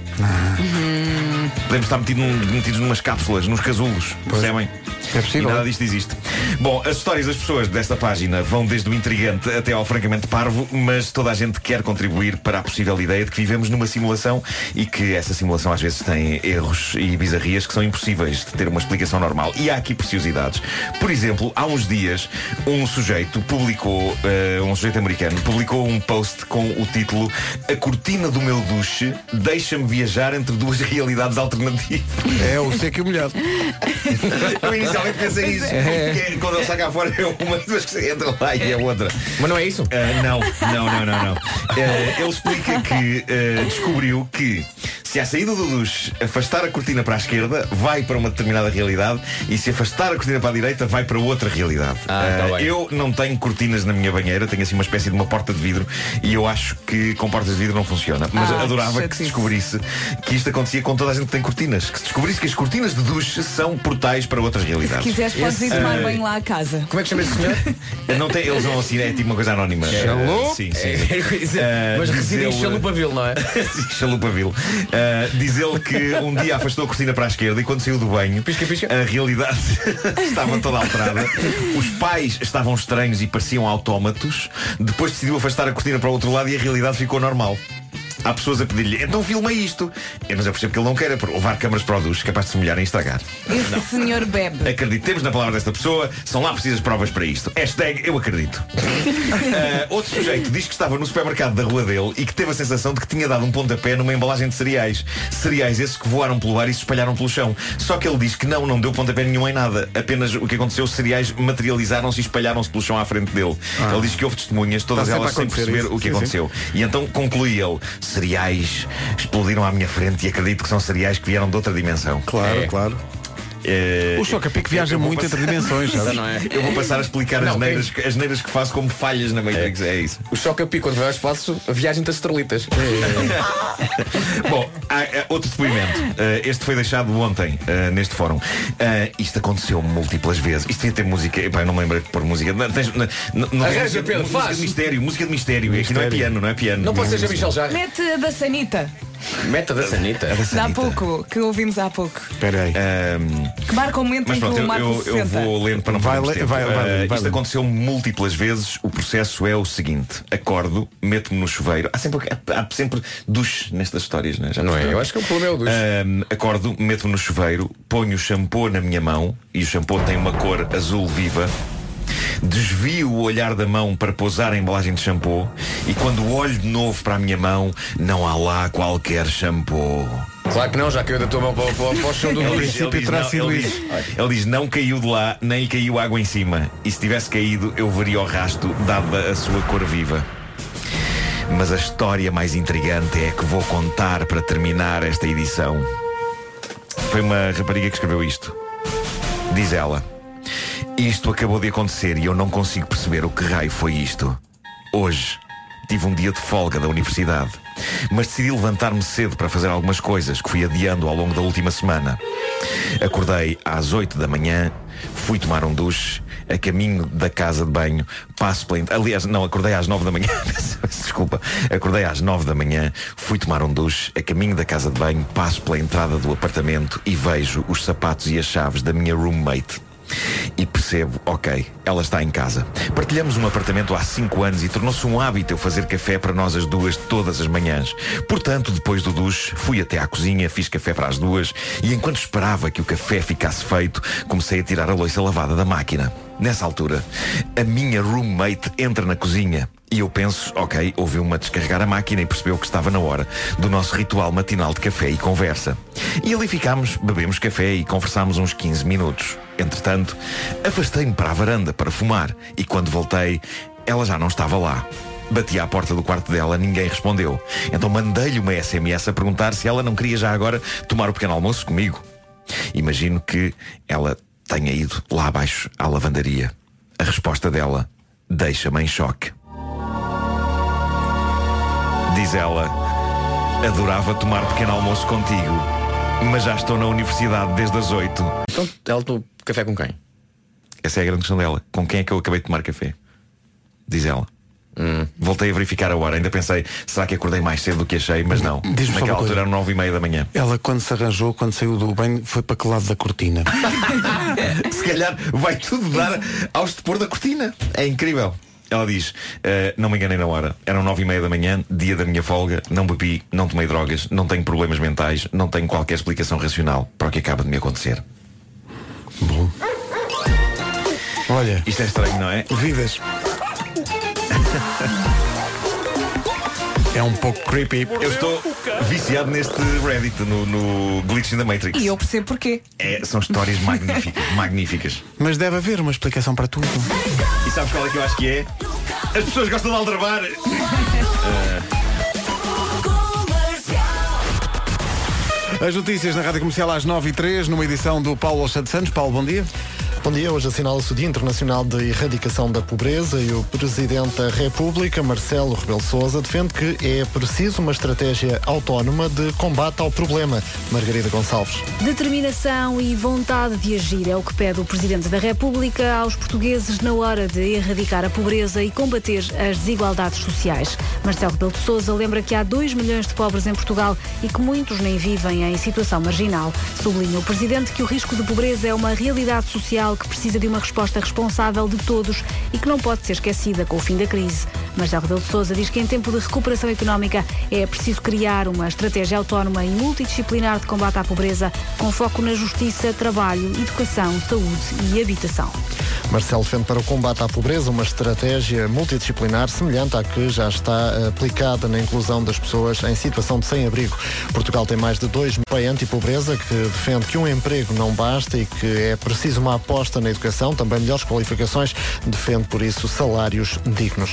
Speaker 10: Podemos estar metido num- metidos numas cápsulas, nos casulos, percebem? É possível. E nada disto existe. Bom, as histórias das pessoas desta página vão desde o intrigante até ao francamente parvo, mas toda a gente quer contribuir para a possível ideia de que vivemos numa simulação e que essa simulação às vezes tem erros e bizarrias que são impossíveis de ter uma explicação normal. E há aqui preciosidades. Por exemplo, há uns dias, um sujeito publicou, eh, um sujeito americano, publicou um post com o título A cortina do meu duche deixa-me viajar entre duas realidades alternativas.
Speaker 1: É o seco e o molhado.
Speaker 10: Eu inicialmente pensei isso.
Speaker 1: É.
Speaker 10: porque Quando ele sai cá fora é uma das que entra lá e é outra. Ah,
Speaker 5: Mas não é isso?
Speaker 10: não, não, não, não, não. Eh, ele explica que eh, ah, descobriu que Se à saída do duche afastar a cortina para a esquerda, vai para uma determinada realidade e se afastar a cortina para a direita, vai para outra realidade.
Speaker 5: Ah,
Speaker 10: Eh,
Speaker 5: tá bem.
Speaker 10: eu não tenho cortinas na minha banheira, tenho assim uma espécie de uma porta de vidro e eu acho que com portas de vidro não funciona. Mas
Speaker 5: Ah,
Speaker 10: adorava que se
Speaker 5: chatice.
Speaker 10: descobrisse que isto acontecia com toda a gente que tem cortinas. Que se descobrisse que as cortinas de duche são portais para outras realidades.
Speaker 3: Se quiseres, podes ir tomar
Speaker 10: Eh,
Speaker 3: bem lá a casa.
Speaker 5: Como é que chama esse senhor?
Speaker 10: não tem, eles vão assim, é tipo uma coisa anónima.
Speaker 5: Chalupa?
Speaker 10: Eh, Sim, sim.
Speaker 5: É,
Speaker 10: Eh,
Speaker 5: mas reside em
Speaker 10: diz ele-
Speaker 5: Chalupaville, não é?
Speaker 10: Sim, Chalupaville. Eh, diz ele que um dia afastou a cortina para a esquerda e quando saiu do banho, a realidade estava toda alterada. Os pais estavam estranhos e pareciam autómatos. Depois decidiu afastar a cortina para o outro lado e a realidade ficou normal. Há pessoas a pedir-lhe, então filma isto. Eh, Mas eu percebo que ele não queira, porque levar câmaras para o duche, capaz de se molhar e estragar.
Speaker 3: Esse senhor bebe.
Speaker 10: Acreditemos na palavra desta pessoa, são lá precisas provas para isto. Hashtag eu acredito. Ah, outro sujeito diz que estava no supermercado da rua dele e que teve a sensação de que tinha dado um pontapé numa embalagem de cereais. Cereais esses que voaram pelo ar e se espalharam pelo chão. Só que ele diz que não, não deu pontapé nenhum em nada. Apenas o que aconteceu, os cereais materializaram-se e espalharam-se pelo chão à frente dele.
Speaker 1: Ah.
Speaker 10: Ele diz que houve testemunhas, todas
Speaker 1: Está sempre
Speaker 10: elas
Speaker 1: a
Speaker 10: sem
Speaker 1: acontecer
Speaker 10: perceber
Speaker 1: isso.
Speaker 10: o que
Speaker 1: Sim, sim.
Speaker 10: aconteceu aconteceu. E então conclui ele: cereais explodiram à minha frente e acredito que são cereais que vieram de outra dimensão. É. Claro, claro. É,
Speaker 1: O Chocapic viaja muito entre dimensões, sabe? Não é?
Speaker 10: Eu vou passar a explicar as,
Speaker 5: Não,
Speaker 10: neiras, as neiras que faço como falhas na Matrix. É, isso.
Speaker 5: O choque a pico quando vai ao espaço, a viagem das estrelitas.
Speaker 10: É. Bom, há, há outro depoimento. Eh, este foi deixado ontem, eh, neste fórum. Eh, isto aconteceu múltiplas vezes. Isto devia ter música. Epá, eu não me lembrei de pôr música. Não, tens- não- não- não-
Speaker 5: Arranja,
Speaker 10: música,
Speaker 5: Pedro,
Speaker 10: música
Speaker 5: faz.
Speaker 10: de mistério, música de mistério. Aqui não é piano, não é piano.
Speaker 5: Não pode ser
Speaker 10: Música.
Speaker 5: Jean-Michel Jarre.
Speaker 3: Mete a da Sanita,
Speaker 5: Meta da Sanita.
Speaker 3: de há pouco, que ouvimos há pouco.
Speaker 10: Espera aí.
Speaker 3: Que marca o momento
Speaker 10: Mas
Speaker 3: em que
Speaker 10: pronto,
Speaker 3: o
Speaker 10: eu,
Speaker 3: Marco
Speaker 10: eu,
Speaker 3: se
Speaker 10: eu
Speaker 3: senta.
Speaker 10: vou lendo para não
Speaker 1: Vai
Speaker 10: perdermos
Speaker 1: le-
Speaker 10: tempo.
Speaker 1: vai- vai
Speaker 10: Ah,
Speaker 1: lendo, vai
Speaker 10: Isto
Speaker 1: lendo.
Speaker 10: aconteceu múltiplas vezes. O processo é o seguinte. Acordo, meto-me no chuveiro. Há sempre, há sempre duche nestas histórias, não é? Já
Speaker 5: Não é?
Speaker 10: perceberam?
Speaker 5: Eu acho que o problema é o dos.
Speaker 10: Ahm, acordo, meto-me no chuveiro, ponho o shampoo na minha mão e o shampoo tem uma cor azul viva. Desvio o olhar da mão para pousar a embalagem de shampoo e quando olho de novo para a minha mão, não há lá qualquer shampoo.
Speaker 5: Claro que não, já caiu da tua mão para, o- para, o- para o chão do
Speaker 10: Ele
Speaker 5: duche.
Speaker 10: diz- ele diz, não, ele diz- Ele diz, não caiu de lá, nem lhe caiu água em cima. E se tivesse caído, eu veria o rasto, dada a sua cor viva. Mas a história mais intrigante é a que vou contar para terminar esta edição. Foi uma rapariga que escreveu isto. Diz ela: Isto acabou de acontecer e eu não consigo perceber o que raio foi isto. Hoje tive um dia de folga da universidade, mas decidi levantar-me cedo para fazer algumas coisas que fui adiando ao longo da última semana. Acordei às 8 da manhã, fui tomar um duche, a caminho da casa de banho, passo pela. ent- Aliás, não, acordei às 9 da manhã, desculpa, acordei às 9 da manhã, fui tomar um duche, a caminho da casa de banho, passo pela entrada do apartamento e vejo os sapatos e as chaves da minha roommate. E percebo, ok, ela está em casa. Partilhamos um apartamento há 5 anos e tornou-se um hábito eu fazer café para nós as duas todas as manhãs. Portanto, depois do duche, fui até à cozinha, fiz café para as duas e enquanto esperava que o café ficasse feito, comecei a tirar a louça lavada da máquina. Nessa altura, a minha roommate entra na cozinha e eu penso, ok, ouviu-me a descarregar a máquina e percebeu que estava na hora do nosso ritual matinal de café e conversa. E ali ficámos, bebemos café e conversámos uns 15 minutos. Entretanto, afastei-me para a varanda para fumar e quando voltei, ela já não estava lá. Bati à porta do quarto dela, ninguém respondeu. Então mandei-lhe uma SMS a perguntar se ela não queria já agora tomar o pequeno almoço comigo. Imagino que ela tenha ido lá abaixo à lavandaria. A resposta dela deixa-me em choque. Diz ela, adorava tomar pequeno almoço contigo, mas já estou na universidade desde as oito.
Speaker 5: Então, ela tomou café com quem?
Speaker 10: Essa é a grande questão dela. Com quem é que eu acabei de tomar café? Diz ela.
Speaker 5: Hum.
Speaker 10: Voltei a verificar a hora, ainda pensei, será que acordei mais cedo do que achei, mas não.
Speaker 1: Diz-me só uma
Speaker 10: Naquela
Speaker 1: coisa.
Speaker 10: altura eram nove e meia da manhã.
Speaker 1: Ela quando se arranjou, quando saiu do banho, foi para que lado da cortina?
Speaker 10: Se calhar vai tudo dar ao depor da cortina. É incrível. Ela diz, "Eh, não me enganei na hora. Eram nove e meia da manhã, dia da minha folga, não bebi, não tomei drogas, não tenho problemas mentais, não tenho qualquer explicação racional para o que acaba de me acontecer. Bom.
Speaker 1: Olha.
Speaker 10: Isto é estranho, não é?
Speaker 1: Vidas. É um pouco creepy.
Speaker 10: Eu estou viciado neste Reddit, no, no Glitch in the Matrix.
Speaker 3: E eu percebo porquê.
Speaker 10: É, são histórias magníficas, magníficas.
Speaker 1: Mas deve haver uma explicação para tudo.
Speaker 10: E sabes qual é que eu acho que é? As pessoas gostam de aldrabar. Eh,
Speaker 1: As notícias na Rádio Comercial às 9 e 3 numa edição do Paulo Alexandre Santos. Paulo, bom dia.
Speaker 13: Bom dia, hoje assinala-se o Dia Internacional de Erradicação da Pobreza e o Presidente da República, Marcelo Rebelo Sousa, defende que é preciso uma estratégia autónoma de combate ao problema. Margarida Gonçalves.
Speaker 14: Determinação e vontade de agir é o que pede o Presidente da República aos portugueses na hora de erradicar a pobreza e combater as desigualdades sociais. Marcelo Rebelo de Sousa lembra que há 2 milhões de pobres em Portugal e que muitos nem vivem em situação marginal. Sublinha o Presidente que o risco de pobreza é uma realidade social que precisa de uma resposta responsável de todos e que não pode ser esquecida com o fim da crise. Marcelo Rebelo de Sousa diz que em tempo de recuperação económica é preciso criar uma estratégia autónoma e multidisciplinar de combate à pobreza com foco na justiça, trabalho, educação, saúde e habitação.
Speaker 13: Marcelo defende para o combate à pobreza uma estratégia multidisciplinar semelhante à que já está aplicada na inclusão das pessoas em situação de sem-abrigo. Portugal tem mais de 2 milhões anti-pobreza que defende que um emprego não basta e que é preciso uma aposta na educação, também melhores qualificações, defende por isso salários dignos.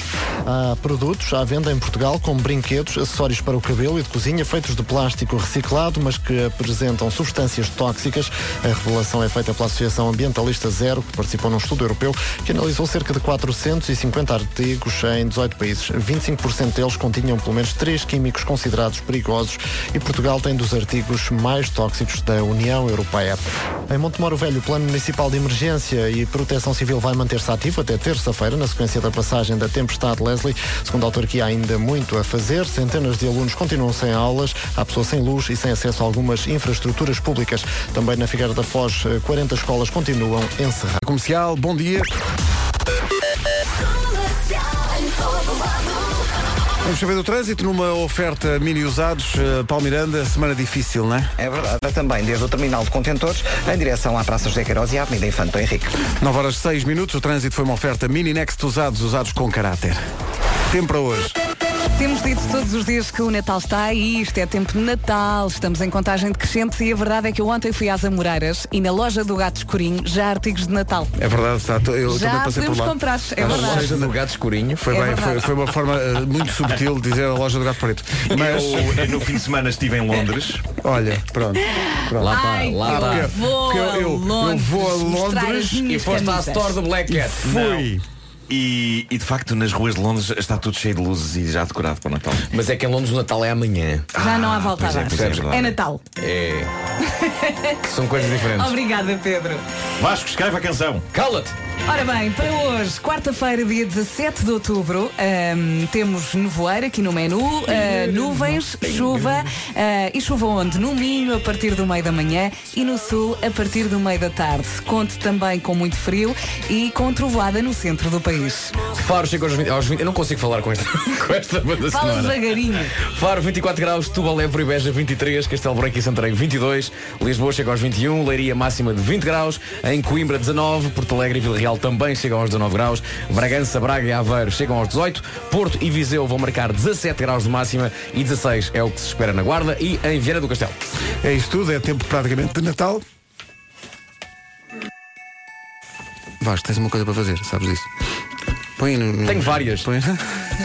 Speaker 13: Há produtos à venda em Portugal como brinquedos, acessórios para o cabelo e de cozinha feitos de plástico reciclado, mas que apresentam substâncias tóxicas. A revelação é feita pela Associação Ambientalista Zero, que participou num estudo europeu que analisou cerca de 450 artigos em 18 países. 25% deles continham pelo menos três químicos considerados perigosos e Portugal tem dos artigos mais tóxicos da União Europeia. Em Montemoro Velho, o Plano Municipal de Emergência e Proteção Civil vai manter-se ativo até terça-feira, na sequência da passagem da tempestade Leslie. Segundo a autarquia, há ainda muito a fazer. Centenas de alunos continuam sem aulas, há pessoas sem luz e sem acesso a algumas infraestruturas públicas. Também na Figueira da Foz, 40 escolas continuam encerradas.
Speaker 1: Comercial, bom dia. Vamos saber do trânsito numa oferta mini usados. Uh, Paulo Miranda, semana difícil, não é?
Speaker 2: É verdade. Também desde o terminal de contentores em direção à Praça José Queiroz e à Avenida Infanto Henrique.
Speaker 1: 9 horas 6 minutos. O trânsito foi uma oferta mini next usados, usados com caráter. Tempo para hoje.
Speaker 3: Temos dito todos os dias que o Natal está aí, isto é tempo de Natal, estamos em contagem decrescente e a verdade é que eu ontem fui às Amoreiras e na loja do Gato Escurinho já há artigos de Natal.
Speaker 1: É verdade, está. Eu
Speaker 3: Já
Speaker 1: também passei por
Speaker 3: podemos
Speaker 1: lá.
Speaker 3: comprar, é
Speaker 1: A
Speaker 3: verdade.
Speaker 1: loja do gato escurinho. Foi,
Speaker 3: É
Speaker 1: bem,
Speaker 3: verdade.
Speaker 1: foi, foi uma forma eh, muito subtil de dizer a loja do gato preto. Mas
Speaker 10: Eu, eh, no fim de semana estive em Londres.
Speaker 1: Olha, pronto. pronto.
Speaker 5: tá,
Speaker 10: Lá tá.
Speaker 3: Ai,
Speaker 12: Ah,
Speaker 3: eu vou
Speaker 1: Porque eu-
Speaker 3: a
Speaker 1: eu- eu
Speaker 3: Londres
Speaker 1: vou a
Speaker 3: mostrar as
Speaker 1: Londres e
Speaker 3: minhas
Speaker 1: foste à
Speaker 3: camisas.
Speaker 1: store do Black Cat.
Speaker 10: Fui. E, e, de facto nas ruas de Londres está tudo cheio de luzes e já decorado para o Natal.
Speaker 5: Mas é que em Londres o Natal é amanhã.
Speaker 3: Já não há volta a
Speaker 5: pois é,
Speaker 3: dar.
Speaker 5: pois é, verdade.
Speaker 3: É Natal.
Speaker 5: É. São coisas diferentes.
Speaker 3: Obrigada, Pedro.
Speaker 10: Vasco, escreve a canção.
Speaker 5: Cala-te!
Speaker 3: Ora bem, para hoje, quarta-feira, dia 17 de outubro, ahm, temos nevoeiro aqui no menu, ah, nuvens, chuva ah, e chuva onde? No Minho, a partir do meio da manhã e no Sul, a partir do meio da tarde. Conte também com muito frio e com trovoada no centro do país.
Speaker 5: Faro chega aos 20, aos 20 Eu não consigo falar com esta, com esta banda
Speaker 3: Fala
Speaker 5: sonora.
Speaker 3: devagarinho.
Speaker 5: Faro 24 graus, Tubal Évora e Beja 23, Castelo Branco e Santarém 22, Lisboa chega aos 21, Leiria máxima de 20 graus, em Coimbra 19, Porto Alegre e Vila Real também chegam aos 19 graus, Bragança, Braga e Aveiro chegam aos 18, Porto e Viseu vão marcar 17 graus de máxima e 16 é o que se espera na Guarda e em Viana do Castelo.
Speaker 1: É isto tudo, é tempo praticamente de Natal. Vasco, tens uma coisa para fazer, sabes disso? Põe no, no...
Speaker 5: Tenho várias.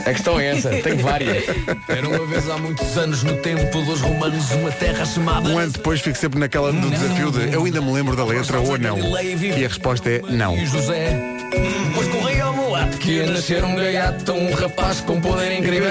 Speaker 5: A questão é essa, tenho várias. Era uma vez há muitos anos no tempo dos romanos uma terra chamada...
Speaker 1: Um ano depois fico sempre naquela do desafio de eu ainda me lembro da letra ou não. E a resposta é não.
Speaker 5: E José, pois corria ao meu lado que ia nascer um gaiato, um rapaz com poder incrível.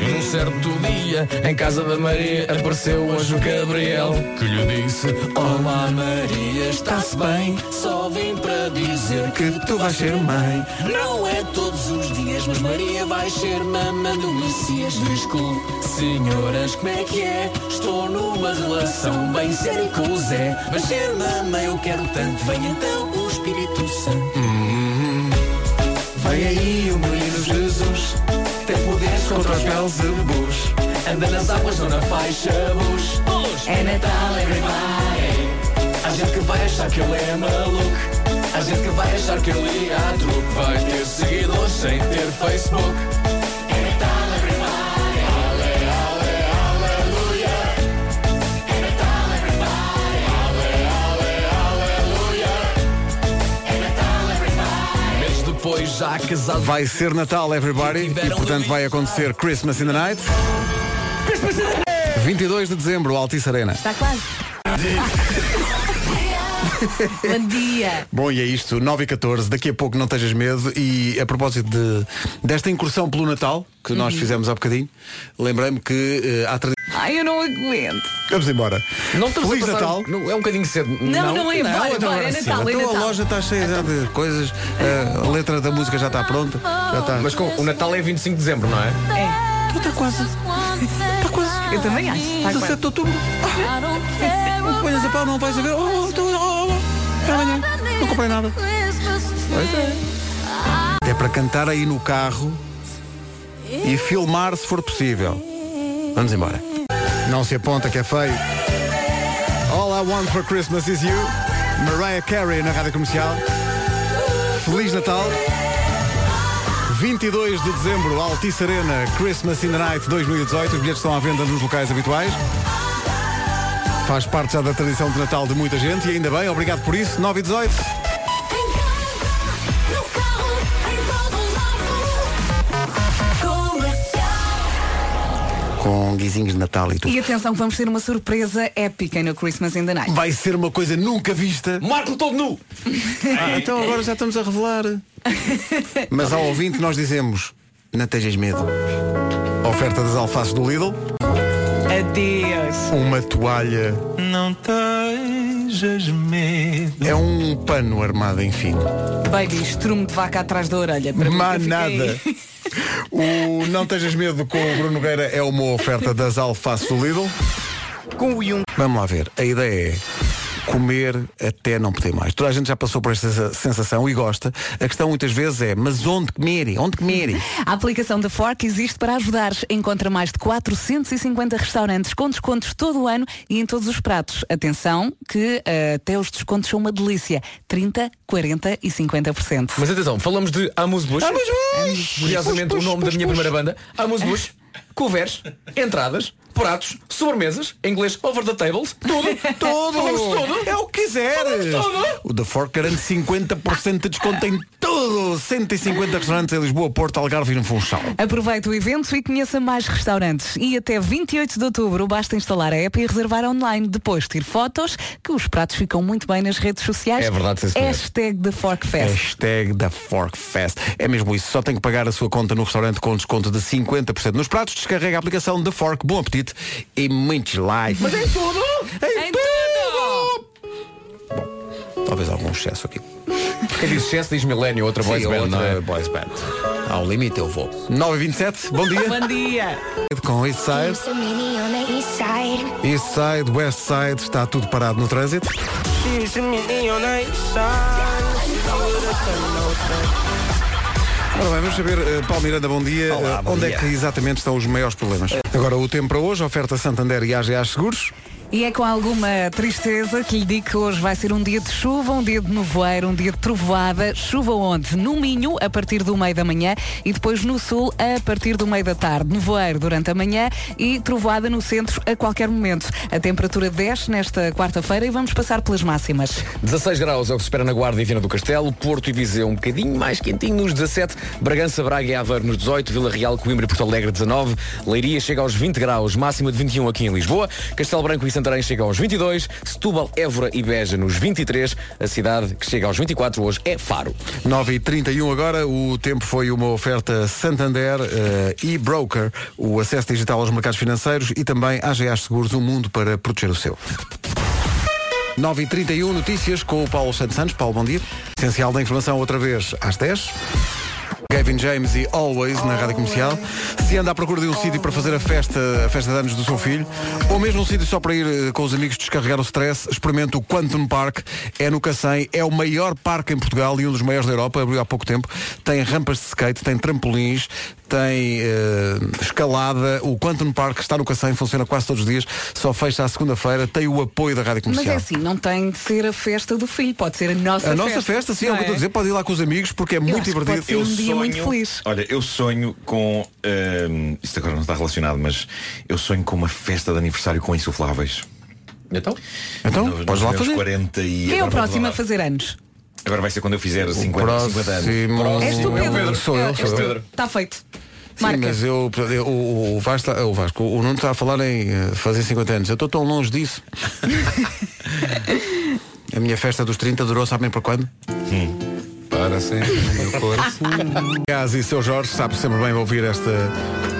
Speaker 5: E num certo dia, em casa da Maria, apareceu o anjo Gabriel que lhe disse: Olá, Maria, está-se bem? Só vim para dizer
Speaker 1: que tu vais ser mãe.
Speaker 5: Não é todos os dias, mas Maria vai ser mamã do Messias. Desculpe, senhoras, como é que é? Estou numa relação bem séria com o Zé. Mas ser mamã eu quero tanto. Vem então o Espírito Santo. Vem aí o menino Jesus. Tem poderes contra os Belzebus. Anda nas águas, não na faixa, bus. É Natal, everybody. Há gente que vai achar que ele é maluco. Há gente que vai achar que ele ia a truque. Vai ter seguidores sem ter Facebook. É Natal, everybody. Ale, ale, aleluia. É Natal, everybody. Ale, ale, aleluia. É Natal, everybody. Meses depois já casado.
Speaker 1: Vai ser Natal, everybody, e portanto vai acontecer Christmas in the Night. 22 de dezembro, Altice Arena.
Speaker 3: Está Tá quase. Bom dia.
Speaker 1: Bom, e é isto, 9 e 14, daqui a pouco não tejas medo e a propósito de, desta incursão pelo Natal que nós
Speaker 5: Uhum.
Speaker 1: fizemos há bocadinho, lembrei-me que eh, há tradição.
Speaker 3: Ai, eu não aguento.
Speaker 1: Vamos embora.
Speaker 5: Não estamos
Speaker 1: Feliz
Speaker 5: a passar-
Speaker 1: Natal.
Speaker 5: Não, é um bocadinho cedo.
Speaker 3: Não, não é,
Speaker 1: Não,
Speaker 3: bora,
Speaker 1: então
Speaker 3: bora, é
Speaker 1: sim.
Speaker 3: Natal, é
Speaker 1: Então a
Speaker 3: Natal.
Speaker 1: loja está cheia já de coisas, eh, a letra da música já está pronta. Já tá. está.
Speaker 5: Mas com, o Natal é 25 de dezembro, não é?
Speaker 3: É.
Speaker 1: tá
Speaker 3: Está quase. Está quase. Eu também acho. Está quase.
Speaker 1: 17 de outubro. Não ponhas a pau, não vais a ver. Oh, oh, então, oh, oh. Até amanhã. Não comprei nada. Pois é. É para cantar aí no carro e filmar se for possível. Vamos embora. Não se aponta que é feio. All I want for Christmas is you. Mariah Carey na rádio comercial. Feliz Natal. 22 de dezembro, Altice Arena, Christmas in the Night 2018. Os bilhetes estão à venda nos locais habituais. Faz parte já da tradição de Natal de muita gente e ainda bem, obrigado por isso. 9 e 18. Com guizinhos de Natal e
Speaker 3: E atenção que vamos ter uma surpresa épica no Christmas in the Night.
Speaker 1: Vai ser uma coisa nunca vista.
Speaker 5: Marco todo nu!
Speaker 3: Ah,
Speaker 1: então agora já estamos a revelar. Mas ao ouvinte nós dizemos, não tejas medo. Oferta das alfaces do Lidl.
Speaker 3: Adeus.
Speaker 1: Uma toalha.
Speaker 12: Não tejas medo.
Speaker 1: É um pano armado, enfim.
Speaker 3: Baby, estrume de vaca atrás da orelha. Para mim,
Speaker 1: Má
Speaker 3: eu fiquei-
Speaker 1: nada. O Não Tejas Medo com o Bruno Nogueira é uma oferta das alfaces do Lidl.
Speaker 12: Com o Yung.
Speaker 1: Vamos lá ver. A ideia é comer até não poder mais. Toda a gente já passou por esta sensa- sensação e gosta. A questão muitas vezes é, mas onde comer? Onde comer?
Speaker 3: A aplicação da Fork existe para ajudar. Encontra mais de 450 restaurantes com descontos todo o ano e em todos os pratos. Atenção, que eh, até os descontos são uma delícia. 30, 40 e 50%.
Speaker 5: Mas atenção, falamos de Amos Bush.
Speaker 3: Amos
Speaker 5: Curiosamente,
Speaker 3: Bush,
Speaker 5: o nome
Speaker 3: Bush,
Speaker 5: da minha
Speaker 3: Bush.
Speaker 5: primeira banda. Amos Bush, covers, entradas, pratos, sobremesas, em inglês over the tables, tudo,
Speaker 1: Tudo!
Speaker 5: Falamos de tudo.
Speaker 1: É o que quiseres! O The Fork garante 50% de desconto em tudo! 150 restaurantes em Lisboa, Porto, Algarve e no Funchal.
Speaker 3: Aproveite o evento e conheça mais restaurantes. E até 28 de outubro basta instalar a app e reservar online. Depois tire fotos, que os pratos ficam muito bem nas redes sociais.
Speaker 1: É verdade, sim, senhor. É
Speaker 3: Hashtag The Fork Fest.
Speaker 1: Hashtag da Fork Fest. É mesmo isso. Só tem que pagar a sua conta no restaurante com desconto de 50% nos pratos. Descarrega a aplicação da Fork. Bom apetite e muitos likes.
Speaker 12: Mas em tudo!
Speaker 1: É Em,
Speaker 12: tudo!
Speaker 1: Talvez algum excesso aqui.
Speaker 5: Quem diz sucesso diz Millennium, outra
Speaker 1: Sim,
Speaker 5: boys band,
Speaker 1: outra
Speaker 5: não é? um
Speaker 1: boys band. Ao limite eu vou. 9h27, bom dia.
Speaker 3: bom dia.
Speaker 1: Com Eastside, Eastside, Westside, está tudo parado no trânsito.
Speaker 12: She's a millionaire.
Speaker 1: Ora bem, vamos saber, eh, Paulo Miranda, bom dia. Eh,
Speaker 12: bom
Speaker 1: Onde
Speaker 12: dia.
Speaker 1: é que exatamente estão os maiores problemas? Agora, o tempo para hoje, oferta Santander e AGA Seguros.
Speaker 3: E é com alguma tristeza que lhe digo que hoje vai ser um dia de chuva, um dia de nevoeiro, um dia de trovoada. Chuva onde? No Minho, a partir do meio da manhã, e depois no Sul, a partir do meio da tarde. Nevoeiro durante a manhã e trovoada no centro a qualquer momento. A temperatura desce nesta quarta-feira e vamos passar pelas máximas.
Speaker 5: 16 graus é o que se espera na Guarda e Viana do Castelo, Porto e Viseu um bocadinho mais quentinho nos 17, Bragança, Braga e Aveiro nos 18, Vila Real, Coimbra e Porto Alegre 19, Leiria chega aos 20 graus, máxima de 21 aqui em Lisboa, Castelo Branco e Santarém chegam aos 22, Setúbal, Évora e Beja nos 23, a cidade que chega aos 24 hoje é Faro.
Speaker 1: 9h31 agora, o tempo foi uma oferta Santander eh, e Broker, o acesso digital aos mercados financeiros e também AGA Seguros, um mundo para proteger o seu. 9h31, notícias com o Paulo Santos Santos. Paulo, bom dia. Essencial da informação outra vez às 10. Gavin James e Always na Rádio Comercial. Se anda à procura de um sítio para fazer a festa, a festa de anos do seu filho, ou mesmo um sítio só para ir eh, com os amigos descarregar o stress, experimente o Quantum Park. É no Cacém, é o maior parque em Portugal e um dos maiores da Europa, abriu há pouco tempo. Tem rampas de skate, tem trampolins, tem eh, escalada. O Quantum Park está no Cacém, funciona quase todos os dias, só fecha à segunda-feira, tem o apoio da Rádio Comercial.
Speaker 3: Mas é assim, não tem de ser a festa do filho, pode ser a nossa
Speaker 1: A
Speaker 3: festa.
Speaker 1: nossa festa, sim, é
Speaker 3: não
Speaker 1: o que eu estou a dizer, pode ir lá com os amigos porque é muito
Speaker 3: acho que
Speaker 1: divertido.
Speaker 3: pode ser um Eu dia muito sonho- feliz.
Speaker 10: Olha, eu sonho com. hum, isto agora não está relacionado, mas eu sonho com uma festa de aniversário com insufláveis.
Speaker 5: Então?
Speaker 1: Então,
Speaker 10: nos,
Speaker 1: podes lá
Speaker 10: meus
Speaker 1: fazer.
Speaker 10: 40
Speaker 3: Quem é o
Speaker 10: e agora vou
Speaker 3: próximo a
Speaker 10: lá.
Speaker 3: fazer anos?
Speaker 10: Agora vai ser quando eu fizer 50, 50 anos.
Speaker 1: próximo-
Speaker 3: És tu, É, Pedro?
Speaker 1: Sou eu, sou eu.
Speaker 3: Está feito.
Speaker 1: Sim, mas eu, eu- o, o Vasco, está- o Vasco, o Nuno está a falar em eh, fazer 50 anos. Eu estou tão longe disso. a minha festa dos 30 durou, sabem para quando?
Speaker 15: Hum. Para sempre, meu coração.
Speaker 1: Dengas e seu Jorge, sabe sempre bem ouvir esta,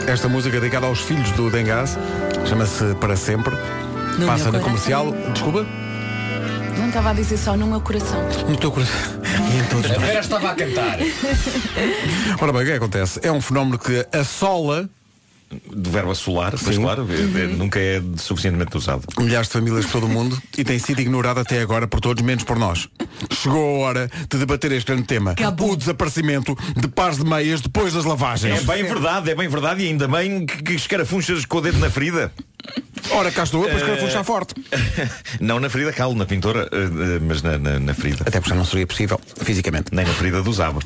Speaker 1: esta música dedicada aos filhos do Dengas. Chama-se Para Sempre.
Speaker 3: No
Speaker 1: Passa na
Speaker 3: meu coração.
Speaker 1: comercial. Desculpa?
Speaker 3: Não estava a dizer só no meu coração.
Speaker 1: No teu coração. E em todos nós.
Speaker 5: estava a cantar.
Speaker 1: Ora bem, o que é que acontece? É um fenómeno que assola
Speaker 10: Do verbo assolar, mas
Speaker 1: Sim.
Speaker 10: claro, é-
Speaker 3: Uhum.
Speaker 10: é- nunca é suficientemente usado.
Speaker 1: milhares de famílias por todo o mundo e tem sido ignorado até agora por todos, menos por nós. Chegou a hora de debater este grande tema. O desaparecimento de pares de meias depois das lavagens.
Speaker 10: É bem verdade, é bem verdade e ainda bem que, que escarafunchas com o dedo na ferida.
Speaker 1: Ora, cá estou eu para
Speaker 10: Eh,
Speaker 1: escarafunchar forte.
Speaker 10: Não na ferida, calo, na pintora, eh, eh, mas na, na, na ferida.
Speaker 1: Até porque já não seria possível, fisicamente.
Speaker 10: Nem na ferida do Zaba.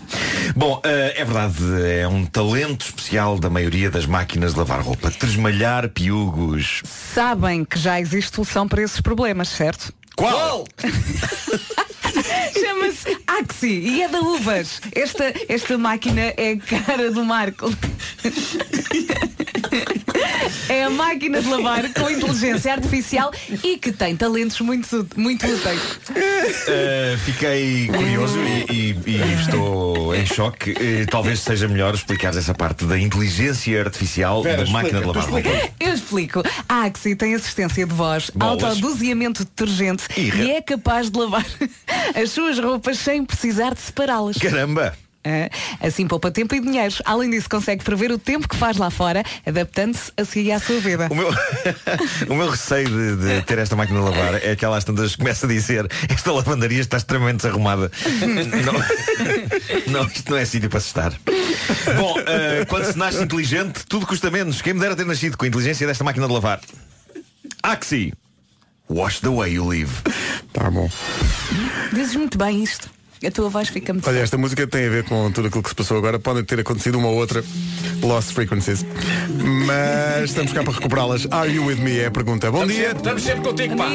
Speaker 10: Bom, eh, é verdade, é um talento especial da maioria das máquinas de lavar roupa. Tresmalhar piugos.
Speaker 3: Sabem que já existe solução para esses problemas, certo?
Speaker 10: Qual?
Speaker 3: Chama-se Axi e é da Uvas. Esta, esta máquina é a cara do Marco. É a máquina de lavar com inteligência artificial e que tem talentos muito, muito úteis.
Speaker 10: Eh, fiquei curioso e, e- e estou em choque. Eh, talvez seja melhor explicar essa parte da inteligência artificial
Speaker 3: Vera,
Speaker 10: da máquina
Speaker 3: explica,
Speaker 10: de lavar
Speaker 3: tu
Speaker 10: roupa.
Speaker 3: Eu explico. A Axi tem assistência de voz,
Speaker 10: Bolas.
Speaker 3: autoaduziamento de detergente
Speaker 10: E
Speaker 3: e,
Speaker 10: re-
Speaker 3: é capaz de lavar as suas roupas sem precisar de separá-las.
Speaker 10: Caramba!
Speaker 3: É, Assim poupa tempo e dinheiro. Além disso, consegue prever o tempo que faz lá fora, adaptando-se a si e à sua vida.
Speaker 10: O meu receio de, de ter esta máquina de lavar é que ela às tantas começa a dizer esta lavandaria está extremamente desarrumada. não, não, isto não é sítio para se estar. Bom, eh, quando se nasce inteligente, tudo custa menos. Quem me dera ter nascido com a inteligência desta máquina de lavar. Axi, wash the way you live.
Speaker 1: Tá bom.
Speaker 3: Dizes muito bem isto. A tua voz fica muito.
Speaker 1: Olha, esta música tem a ver com tudo aquilo que se passou agora. Podem ter acontecido uma ou outra Lost Frequencies. Mas estamos cá para recuperá-las. Are you with me? É a pergunta. Bom dia.
Speaker 5: Estamos sempre contigo, pá.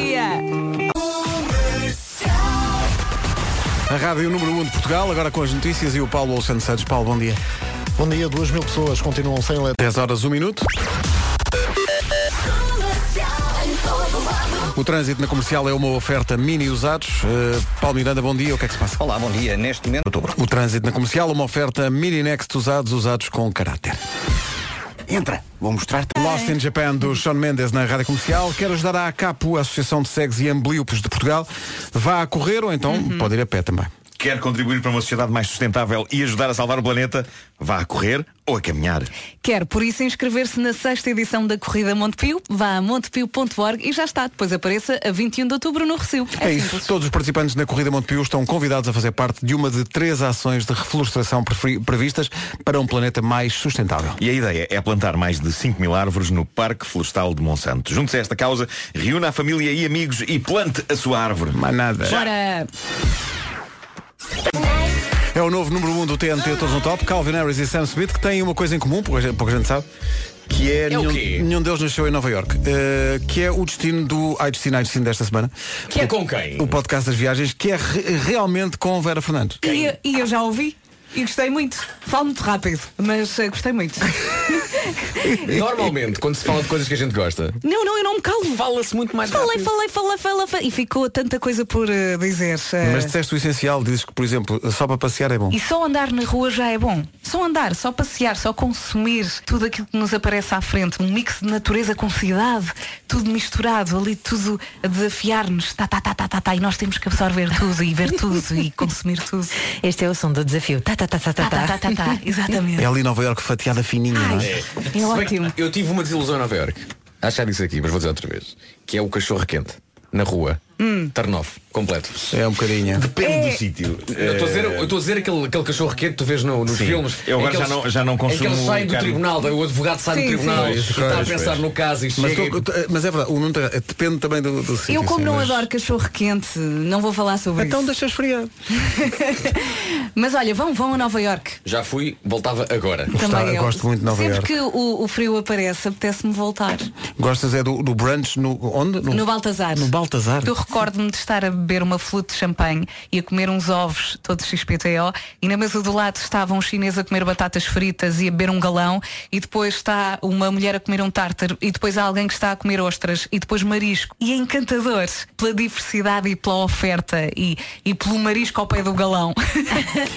Speaker 1: A Rádio Número 1 de Portugal, agora com as notícias e o Paulo Alexandre Santos. Paulo, bom dia.
Speaker 13: Bom dia, 2 mil pessoas continuam sem eletricidade.
Speaker 1: 10 horas, 1 minuto. O trânsito na comercial é uma oferta mini usados. Eh, Paulo Miranda, bom dia. O que é que se passa?
Speaker 2: Olá, bom dia. Neste momento, outubro.
Speaker 1: O trânsito na comercial, uma oferta mini next usados, usados com caráter. Entra, vou mostrar-te. Lost in Japan do Sean Mendes na rádio comercial. Quero ajudar a ACAPO, a Associação de Cegos e Ambliopes de Portugal. Vá a correr ou então pode ir a pé também.
Speaker 10: Quer contribuir para uma sociedade mais sustentável e ajudar a salvar o planeta? Vá a correr ou a caminhar.
Speaker 3: Quer, por isso, inscrever-se na sexta edição da Corrida Montepio? Vá a montepio.org e já está. Depois apareça a 21 de outubro no Recio.
Speaker 1: É isso. Todos os participantes na Corrida Montepio estão convidados a fazer parte de uma de três ações de reflorestação preferi- previstas para um planeta mais sustentável.
Speaker 10: E a ideia é plantar mais de 5 mil árvores no Parque Florestal de Monsanto. Junte-se a esta causa, reúna a família e amigos e plante a sua árvore.
Speaker 1: Mas nada.
Speaker 3: Bora!
Speaker 1: É o novo número 1 um do TNT, todos no top, Calvin Harris e Sam Smith, que têm uma coisa em comum, pouca gente, pouca gente sabe, que é,
Speaker 5: o
Speaker 1: nenhum,
Speaker 5: quê?
Speaker 1: nenhum deles nasceu em Nova York, que é o destino do Ai Destino, Ai Destino desta semana.
Speaker 5: Que é
Speaker 1: O-
Speaker 5: com quem?
Speaker 1: O podcast das viagens, que é re- realmente com Vera Fernandes.
Speaker 3: E eu, e eu já ouvi e gostei muito. Falo muito rápido, mas eh, gostei muito.
Speaker 5: Normalmente, quando se fala de coisas que a gente gosta,
Speaker 3: Não, não, eu não me calo.
Speaker 5: Fala-se muito mais
Speaker 3: Falei, falei, falei, falei, falei. E ficou tanta coisa por eh, dizer.
Speaker 5: É.
Speaker 3: eh.
Speaker 1: Mas disseste o essencial, dizes que, por exemplo, só para passear é bom.
Speaker 3: E só andar na rua já é bom. Só andar, só passear, só consumir tudo aquilo que nos aparece à frente. Um mix de natureza com cidade, tudo misturado, ali tudo a desafiar-nos. Tá, tá, tá, tá, tá, tá. E nós temos que absorver tudo e ver tudo e consumir tudo.
Speaker 6: Este é o som do desafio. Tá, tá, tá, tá, tá,
Speaker 3: Tá, tá, tá, tá, tá. Exatamente.
Speaker 1: É ali Nova York fatiada fininha, não é?
Speaker 3: É
Speaker 5: Se bem que
Speaker 3: ótimo.
Speaker 5: Eu tive uma desilusão em Nova York. Achar isso aqui, mas vou dizer outra vez. Que é o cachorro quente. Na rua. Hum. Turn off. Completo.
Speaker 1: É um bocadinho.
Speaker 10: Depende do sítio. É.
Speaker 5: Eu estou a dizer, eu estou a dizer aquele, aquele cachorro quente que tu vês no- nos
Speaker 10: Sim.
Speaker 5: filmes.
Speaker 10: Eu agora
Speaker 5: em que
Speaker 10: já não- já não
Speaker 5: em que
Speaker 10: consumo
Speaker 5: ele sai do
Speaker 10: carne.
Speaker 5: tribunal, o advogado sai
Speaker 3: Sim,
Speaker 5: do tribunal
Speaker 3: sim.
Speaker 5: e está a pensar no caso e
Speaker 1: mas,
Speaker 5: chega.
Speaker 1: tu- mas é verdade, o Nuno tem- depende também do, do sítio.
Speaker 3: Eu como
Speaker 1: sim,
Speaker 3: não
Speaker 1: mas-
Speaker 3: adoro cachorro quente, não vou falar sobre
Speaker 1: Então
Speaker 3: isso.
Speaker 1: deixa esfriar.
Speaker 3: Mas olha, vão, vão a Nova York.
Speaker 5: Já fui, voltava agora.
Speaker 3: Também eu.
Speaker 1: gosto muito de Nova Iorque.
Speaker 3: Sempre que o, o frio aparece, apetece-me voltar.
Speaker 1: Gostas é do, do brunch no, onde?
Speaker 3: No Baltazar.
Speaker 1: No Baltazar.
Speaker 3: Do recordo-me de estar a beber uma flute de champanhe e a comer uns ovos, todos XPTO, e na mesa do lado estava um chinês a comer batatas fritas e a beber um galão, e depois está uma mulher a comer um tártaro, e depois há alguém que está a comer ostras, e depois marisco. E é encantador pela diversidade e pela oferta e, e pelo marisco ao pé do galão.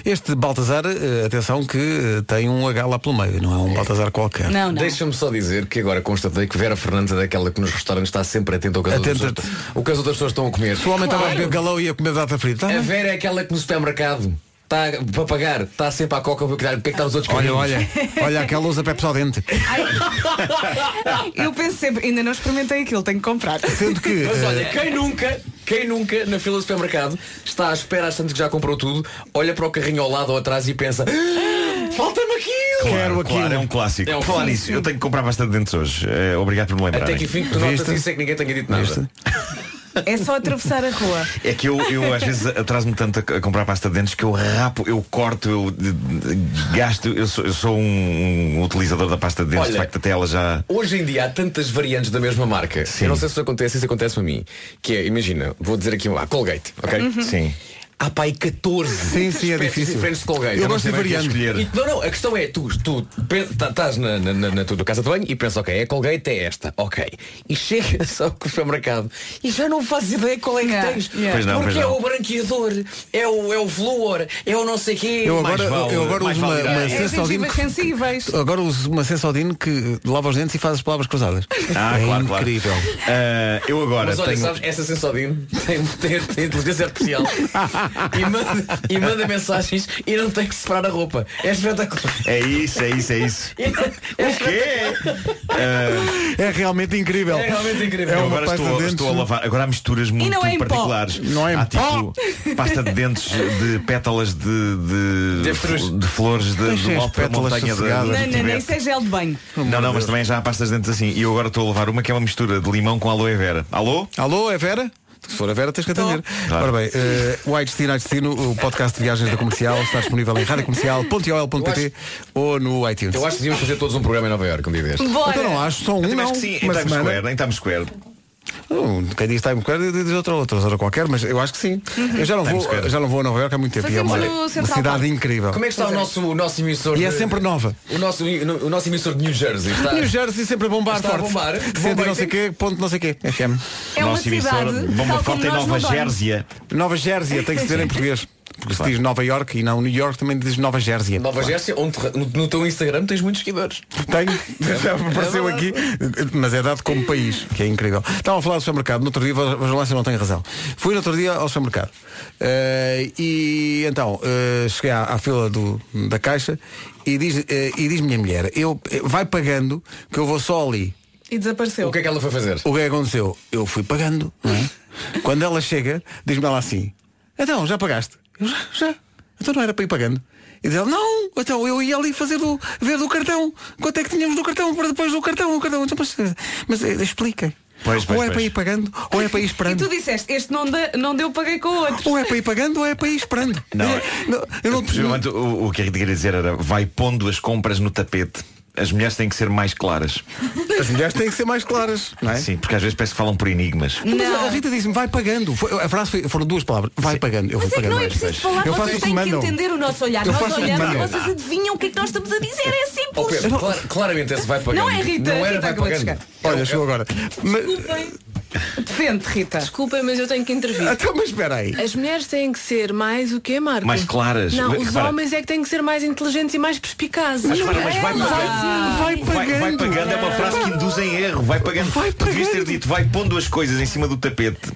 Speaker 1: Este Baltazar, eh, atenção que eh, tem um H lá pelo meio, não é um Baltazar qualquer.
Speaker 3: Não, não.
Speaker 5: Deixa-me só dizer que agora constatei que Vera Fernandes é daquela que nos restaurantes está sempre atenta ao que as,
Speaker 1: Atenta.
Speaker 5: outras, pessoas, o que as outras pessoas estão a comer.
Speaker 1: Se o homem estava a beber galão e a comer data frita.
Speaker 10: Tá
Speaker 5: A Vera é aquela que no supermercado
Speaker 12: Tá.
Speaker 5: está para pagar, está sempre à coca, vou cuidar, porque é que está os outros
Speaker 1: Olha, olha,
Speaker 5: carrinhos?
Speaker 1: olha, aquela usa Pepsi ao dente.
Speaker 3: Eu penso sempre, ainda não experimentei aquilo, tenho que comprar.
Speaker 1: Sendo que.
Speaker 5: Mas
Speaker 1: eh,
Speaker 5: olha, quem nunca, quem nunca na fila do supermercado está à espera achando que já comprou tudo, olha para o carrinho ao lado ou atrás e pensa. "Ah, Falta-me aquilo!
Speaker 10: Claro, claro, é um clássico.
Speaker 5: É um
Speaker 10: Falar nisso,
Speaker 5: clássico.
Speaker 10: eu tenho que comprar bastante dentes hoje. Eh, obrigado por me lembrar.
Speaker 5: Até que enfim, tu notas isso é que ninguém tenha dito nada.
Speaker 3: É só atravessar a rua.
Speaker 10: É que eu, eu às vezes atraso-me tanto a, a comprar pasta de dentes que eu rapo, eu corto, eu de- de- gasto, eu sou, eu sou um, um utilizador da pasta de dentes,
Speaker 5: Olha.
Speaker 10: de facto até ela já.
Speaker 5: Hoje em dia há tantas variantes da mesma marca. Eu não sei se isso acontece, isso acontece a mim. Que é, imagina, vou dizer aqui uma ah, Colgate, ok?
Speaker 10: Uhum. Sim.
Speaker 5: Há pai 14
Speaker 1: Sim, sim, é
Speaker 5: espécies
Speaker 1: difícil.
Speaker 5: diferentes de Colgate.
Speaker 1: Eu gosto
Speaker 5: não sei
Speaker 1: de
Speaker 5: bem o
Speaker 10: é
Speaker 5: que
Speaker 1: variando.
Speaker 5: escolher. E- não, não, a questão é, tu estás na, na, na, na tua casa de banho e pensas, ok, é Colgate, é esta, ok. E chegas ao supermercado e já não fazes ideia qual é que
Speaker 12: Yeah,
Speaker 5: tens.
Speaker 12: yeah. Pois não,
Speaker 5: Porque
Speaker 12: pois
Speaker 5: é
Speaker 12: não.
Speaker 5: o branqueador, é o, é o flúor, é o não sei quê.
Speaker 1: Eu agora, eu agora uso uma, uma
Speaker 5: É
Speaker 1: Sensodyne que-
Speaker 3: sensíveis.
Speaker 1: Agora uso uma Sensodyne que lava os dentes e faz as palavras cruzadas.
Speaker 10: Ah,
Speaker 1: é
Speaker 10: claro, claro.
Speaker 1: incrível.
Speaker 10: Eh, eu agora
Speaker 5: Mas olha,
Speaker 10: tenho.
Speaker 5: sabes, essa Sensodyne tem, tem, tem inteligência artificial e, manda, e manda mensagens e não tem que separar a roupa. É espetacular.
Speaker 10: É isso, é isso, é isso.
Speaker 5: É espetacular.
Speaker 1: É realmente incrível.
Speaker 5: É realmente incrível.
Speaker 1: É uma
Speaker 10: eu agora
Speaker 1: pasta de
Speaker 10: estou,
Speaker 1: dentes-
Speaker 10: estou a lavar. Agora há misturas muito
Speaker 3: não é em pó.
Speaker 10: particulares. Não é há,
Speaker 1: pó.
Speaker 10: tipo pasta de dentes de pétalas de, de,
Speaker 5: De avestruz.
Speaker 10: de flores de,
Speaker 1: Deixa
Speaker 10: de
Speaker 5: é
Speaker 1: as
Speaker 10: alta
Speaker 1: pétalas
Speaker 10: montanha de,
Speaker 1: sossegadas.
Speaker 10: do
Speaker 3: Não, não,
Speaker 10: Tibete.
Speaker 3: nem seja gel de banho.
Speaker 10: Não, não, mas também já há pastas de dentes assim. E eu agora estou a levar uma que é uma mistura de limão com aloe vera. Alô?
Speaker 1: Alô, é Vera? Se for a Vera, tens que atender.
Speaker 10: Claro.
Speaker 1: Ora bem, eh, o Ai Destino, Ai Destino, o podcast de viagens da comercial, está disponível em radiocomercial.ol.pt ou no iTunes.
Speaker 5: Eu acho que devíamos fazer todos um programa em Nova Iorque um dia deste.
Speaker 3: Bora.
Speaker 1: Então não acho, só um
Speaker 10: é Até
Speaker 1: não.
Speaker 10: mais que sim, em
Speaker 1: uma
Speaker 5: então,
Speaker 10: Times
Speaker 1: semana.
Speaker 5: né?
Speaker 10: Square, em Times Square.
Speaker 1: Não, quem diz Times Square diz outra, outra hora qualquer, mas eu acho que sim. Eu já não,
Speaker 10: Uhum. Times
Speaker 1: vou,
Speaker 10: Square.
Speaker 1: já não vou a Nova Iorque há muito tempo. e é
Speaker 3: Fazemos
Speaker 1: uma,
Speaker 3: no
Speaker 1: uma
Speaker 3: Central
Speaker 1: cidade
Speaker 3: Park.
Speaker 1: incrível.
Speaker 5: Como é que está o nosso, o nosso emissor?
Speaker 1: E é
Speaker 5: de-
Speaker 1: sempre nova.
Speaker 5: O nosso, o nosso emissor de New Jersey. Está...
Speaker 1: New Jersey sempre a bombar
Speaker 5: Está a
Speaker 1: forte.
Speaker 5: bombar.
Speaker 1: Sendo
Speaker 5: Bomba
Speaker 1: não sei
Speaker 5: e
Speaker 1: quê, ponto não sei quê. FM.
Speaker 3: É uma
Speaker 10: Nossa emissora,
Speaker 3: cidade.
Speaker 10: bomba
Speaker 3: tal como
Speaker 10: forte em
Speaker 3: nós,
Speaker 10: Nova
Speaker 3: Nova Iorque.
Speaker 10: Gérzia.
Speaker 1: Nova Jersey, tem que se dizer em português. Porque se
Speaker 10: Claro.
Speaker 1: diz Nova York e não New York, também diz Nova Jersey.
Speaker 5: Nova Jersey, onde no, no teu Instagram tens muitos seguidores. É
Speaker 1: Tenho, apareceu aqui, mas é dado como país, que é incrível. Estavam a falar do supermercado, no outro dia, vejam lá se eu não tenho razão. Fui no outro dia ao supermercado. Eh, e então, eh, cheguei à, à fila do- da caixa e diz, eh, e diz minha mulher, eu, eh, vai pagando que eu vou só ali.
Speaker 3: E desapareceu.
Speaker 5: O que é que ela foi fazer?
Speaker 1: O que é que aconteceu? Eu fui pagando. não é? Quando ela chega, diz-me ela assim, então, já pagaste? Eu já, já. Então não era para ir pagando. E diz ela, não, então eu ia ali fazer do, ver do cartão. Quanto é que tínhamos do cartão para depois do cartão? O cartão. Então, mas, mas eh, explica.
Speaker 10: Pois, pois,
Speaker 1: ou é
Speaker 10: pois.
Speaker 1: para ir pagando, ou é para ir
Speaker 3: E
Speaker 1: esperando.
Speaker 3: tu disseste, este não, dá- não deu, paguei com o outro.
Speaker 1: Ou é para ir pagando, ou é para ir esperando.
Speaker 10: Não,
Speaker 1: Eh, não, eu não,
Speaker 10: Possivelmente o, o que a Rita queria dizer era vai pondo as compras no tapete. As mulheres têm que ser mais claras.
Speaker 1: As mulheres têm que ser mais claras, não é?
Speaker 10: Sim, porque às vezes parece que falam por enigmas.
Speaker 1: Mas
Speaker 3: Não.
Speaker 1: a Rita disse-me, vai pagando. Foi- a frase foi, foram duas palavras. Vai pagando. Eu
Speaker 3: Mas
Speaker 1: vou
Speaker 3: é que
Speaker 1: pagando.
Speaker 3: não é
Speaker 1: mais.
Speaker 3: preciso falar,
Speaker 1: eu faço o
Speaker 3: vocês
Speaker 1: que
Speaker 3: têm que
Speaker 1: mandam.
Speaker 3: entender o nosso olhar.
Speaker 1: Eu
Speaker 3: Nós
Speaker 1: faço o que
Speaker 3: olhamos e
Speaker 1: mandam.
Speaker 3: vocês adivinham o que é que nós estamos a dizer. É
Speaker 5: Ó
Speaker 3: simples.
Speaker 5: Oh, Pedro, clara- claramente esse vai pagando.
Speaker 3: Não é Rita,
Speaker 5: Não era
Speaker 3: Rita
Speaker 5: vai
Speaker 3: acabou de
Speaker 5: pagando.
Speaker 1: Olha, chegou agora. Mas,
Speaker 3: Defende, Rita.
Speaker 16: Desculpem, mas eu tenho que intervir.
Speaker 1: então, mas espera aí.
Speaker 16: As mulheres têm que ser mais o quê, Marco?
Speaker 10: Mais claras.
Speaker 16: Não,
Speaker 10: Mas,
Speaker 16: os
Speaker 10: repara.
Speaker 16: homens é que têm que ser mais inteligentes e mais perspicazes. é?
Speaker 10: Mas, repara, mas vai
Speaker 16: Ela!
Speaker 10: pagando.
Speaker 1: Vai
Speaker 10: Vai, vai pagando é uma frase que induz em erro. Vai pagando.
Speaker 1: Vai
Speaker 10: Tu Devias ter
Speaker 1: pagando.
Speaker 10: dito, vai pondo as coisas em cima do tapete.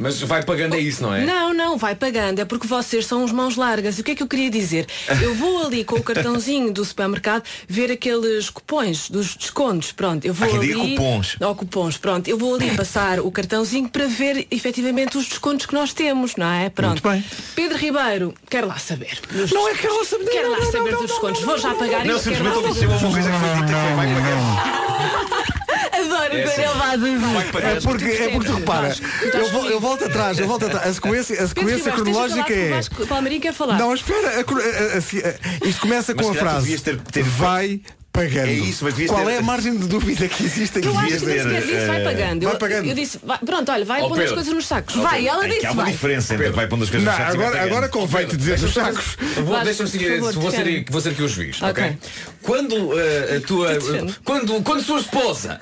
Speaker 5: Mas vai pagando é isso, não é?
Speaker 16: Não, não, vai pagando. É porque vocês são uns mãos largas. E o que é que eu queria dizer? Eu vou ali com o cartãozinho do supermercado ver aqueles cupons dos descontos. Pronto, eu vou
Speaker 10: Ah, quem
Speaker 16: ali.
Speaker 10: diga cupons.
Speaker 16: Não, cupons, pronto. Eu vou ali passar o cartãozinho para ver efetivamente os descontos que nós temos, não é? Pronto.
Speaker 1: Muito bem.
Speaker 16: Pedro Ribeiro, quero lá saber.
Speaker 1: Não é que ela sabe.
Speaker 16: Quero lá saber dos descontos. Vou já pagar
Speaker 10: Não,
Speaker 16: isto,
Speaker 3: é
Speaker 16: quero lá
Speaker 10: simplesmente aconteceu uma coisa que foi dita que foi vai pagando.
Speaker 3: Adoro
Speaker 10: É
Speaker 3: quando ele vai
Speaker 10: Vai
Speaker 1: É
Speaker 10: pagando.
Speaker 1: porque, é porque tu repara, eu, vou- eu volto atrás, eu volto atrás. A sequência, a
Speaker 16: Pedro
Speaker 1: sequência
Speaker 16: Ribeiro, esteja calado
Speaker 1: cronológica
Speaker 16: que o
Speaker 1: é.
Speaker 16: Vasco Palmeirinho quer falar.
Speaker 1: Não, espera, assim, a cro- a- a- a- isto começa
Speaker 10: Mas
Speaker 1: com a
Speaker 10: se calhar tu
Speaker 1: frase.
Speaker 10: devias ter- ter-
Speaker 1: Vai pagando.
Speaker 10: É isso, mas devias
Speaker 1: Qual
Speaker 10: ter- eh,
Speaker 1: é a margem de dúvida que existe aqui?
Speaker 16: Eu acho que nem sequer disse,
Speaker 1: É.
Speaker 16: vai pagando. Eu- Eu, disse, vai- pronto, olha, vai
Speaker 10: Oh,
Speaker 16: pondo as
Speaker 10: Pedro.
Speaker 16: coisas nos sacos.
Speaker 10: Oh,
Speaker 16: Vai,
Speaker 10: Pedro.
Speaker 16: ela
Speaker 10: É que
Speaker 16: disse,
Speaker 10: há uma
Speaker 16: vai.
Speaker 10: diferença entre vai pondo as coisas
Speaker 1: Não,
Speaker 10: nos sacos e vai
Speaker 1: agora,
Speaker 10: pagando.
Speaker 1: agora convém-te dizer os sacos.
Speaker 5: Vou,
Speaker 16: Vasco,
Speaker 5: deixa-me
Speaker 16: por
Speaker 5: seguir,
Speaker 16: favor,
Speaker 5: vou ser,
Speaker 16: defende.
Speaker 5: vou ser aqui o juiz, ok?
Speaker 16: Ok.
Speaker 5: Quando eh, a tua.
Speaker 16: Defende.
Speaker 5: Quando, quando sua esposa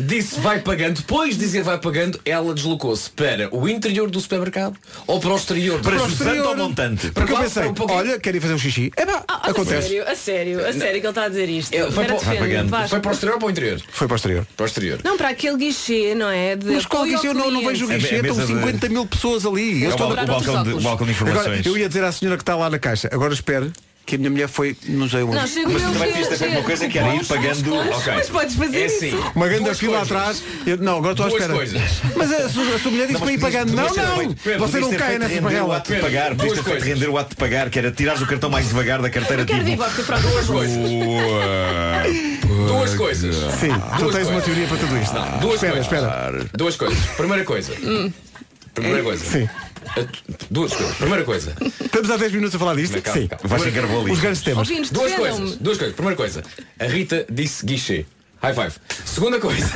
Speaker 5: disse vai pagando, depois de dizer vai pagando, ela deslocou-se para o interior do supermercado ou para o exterior do
Speaker 10: Para
Speaker 5: supermercado?
Speaker 10: Jusante ou um Montante?
Speaker 1: Porque eu
Speaker 5: Qual-
Speaker 1: pensei,
Speaker 5: um pouquinho-
Speaker 1: olha, querem fazer um xixi? É pá,
Speaker 16: Ah, A
Speaker 1: acontece.
Speaker 16: sério, a sério, a sério que ele está a dizer isto.
Speaker 5: É, foi,
Speaker 16: Vera,
Speaker 5: para,
Speaker 16: defende, Vasco.
Speaker 5: foi para o exterior ou para o interior?
Speaker 1: Foi para o exterior.
Speaker 5: Para o exterior.
Speaker 16: Não, para aquele guichê, não é? De
Speaker 1: Mas qual que
Speaker 16: apoio
Speaker 1: isso?
Speaker 16: ao
Speaker 1: Eu não, não
Speaker 16: cliente.
Speaker 1: vejo o
Speaker 10: É a
Speaker 1: guichê,
Speaker 10: mesa
Speaker 1: estão
Speaker 10: de-
Speaker 1: 50 então mil pessoas ali.
Speaker 10: É
Speaker 1: Eu
Speaker 10: o
Speaker 1: estou
Speaker 10: bal-
Speaker 1: na-
Speaker 10: o balcão de- o balcão de
Speaker 1: Agora,
Speaker 10: informações.
Speaker 1: eu ia dizer à senhora que está lá na caixa, agora espere que a minha mulher foi, não sei onde.
Speaker 16: Não, chego
Speaker 10: Mas
Speaker 16: eu,
Speaker 10: tu também
Speaker 16: chego,
Speaker 10: devias ter feito é uma
Speaker 16: chego.
Speaker 10: coisa que era ir
Speaker 16: Mas-
Speaker 10: pagando-
Speaker 16: mas-
Speaker 10: ok.
Speaker 16: Mas podes fazer
Speaker 5: É
Speaker 16: isso.
Speaker 5: assim.
Speaker 1: Uma grande
Speaker 5: Duas
Speaker 1: fila
Speaker 5: coisas.
Speaker 1: atrás. Eu- não, agora estou à
Speaker 5: Duas
Speaker 1: espera.
Speaker 5: coisas.
Speaker 1: Mas a, su- a sua mulher disse para ir pagando. Não, não! Você não cai nessa
Speaker 10: barrela. O
Speaker 1: barrela.
Speaker 10: ato de pagar,
Speaker 5: Duas
Speaker 10: podias ter feito
Speaker 5: coisas.
Speaker 10: render o ato de pagar, que era tirares o cartão mais devagar da carteira
Speaker 16: Eu quero
Speaker 10: tipo,
Speaker 16: divórcio para duas coisas.
Speaker 5: Duas coisas.
Speaker 1: Sim, tu
Speaker 5: Duas
Speaker 1: tens uma
Speaker 5: coisas.
Speaker 1: teoria para tudo isto.
Speaker 5: Duas
Speaker 1: espera,
Speaker 5: coisas.
Speaker 1: espera.
Speaker 5: Duas coisas. Primeira coisa. Primeira coisa.
Speaker 1: Sim.
Speaker 5: A- Duas coisas. Primeira coisa.
Speaker 1: Estamos há 10 minutos a falar disto?
Speaker 5: Não, calma,
Speaker 1: Sim.
Speaker 5: calma.
Speaker 10: Vais encarvou ali.
Speaker 1: Os grandes temas.
Speaker 16: Ouvintes,
Speaker 5: Duas
Speaker 16: defendam-me.
Speaker 5: coisas. Duas coisas. Primeira coisa. A Rita disse guichê. High five. Segunda coisa.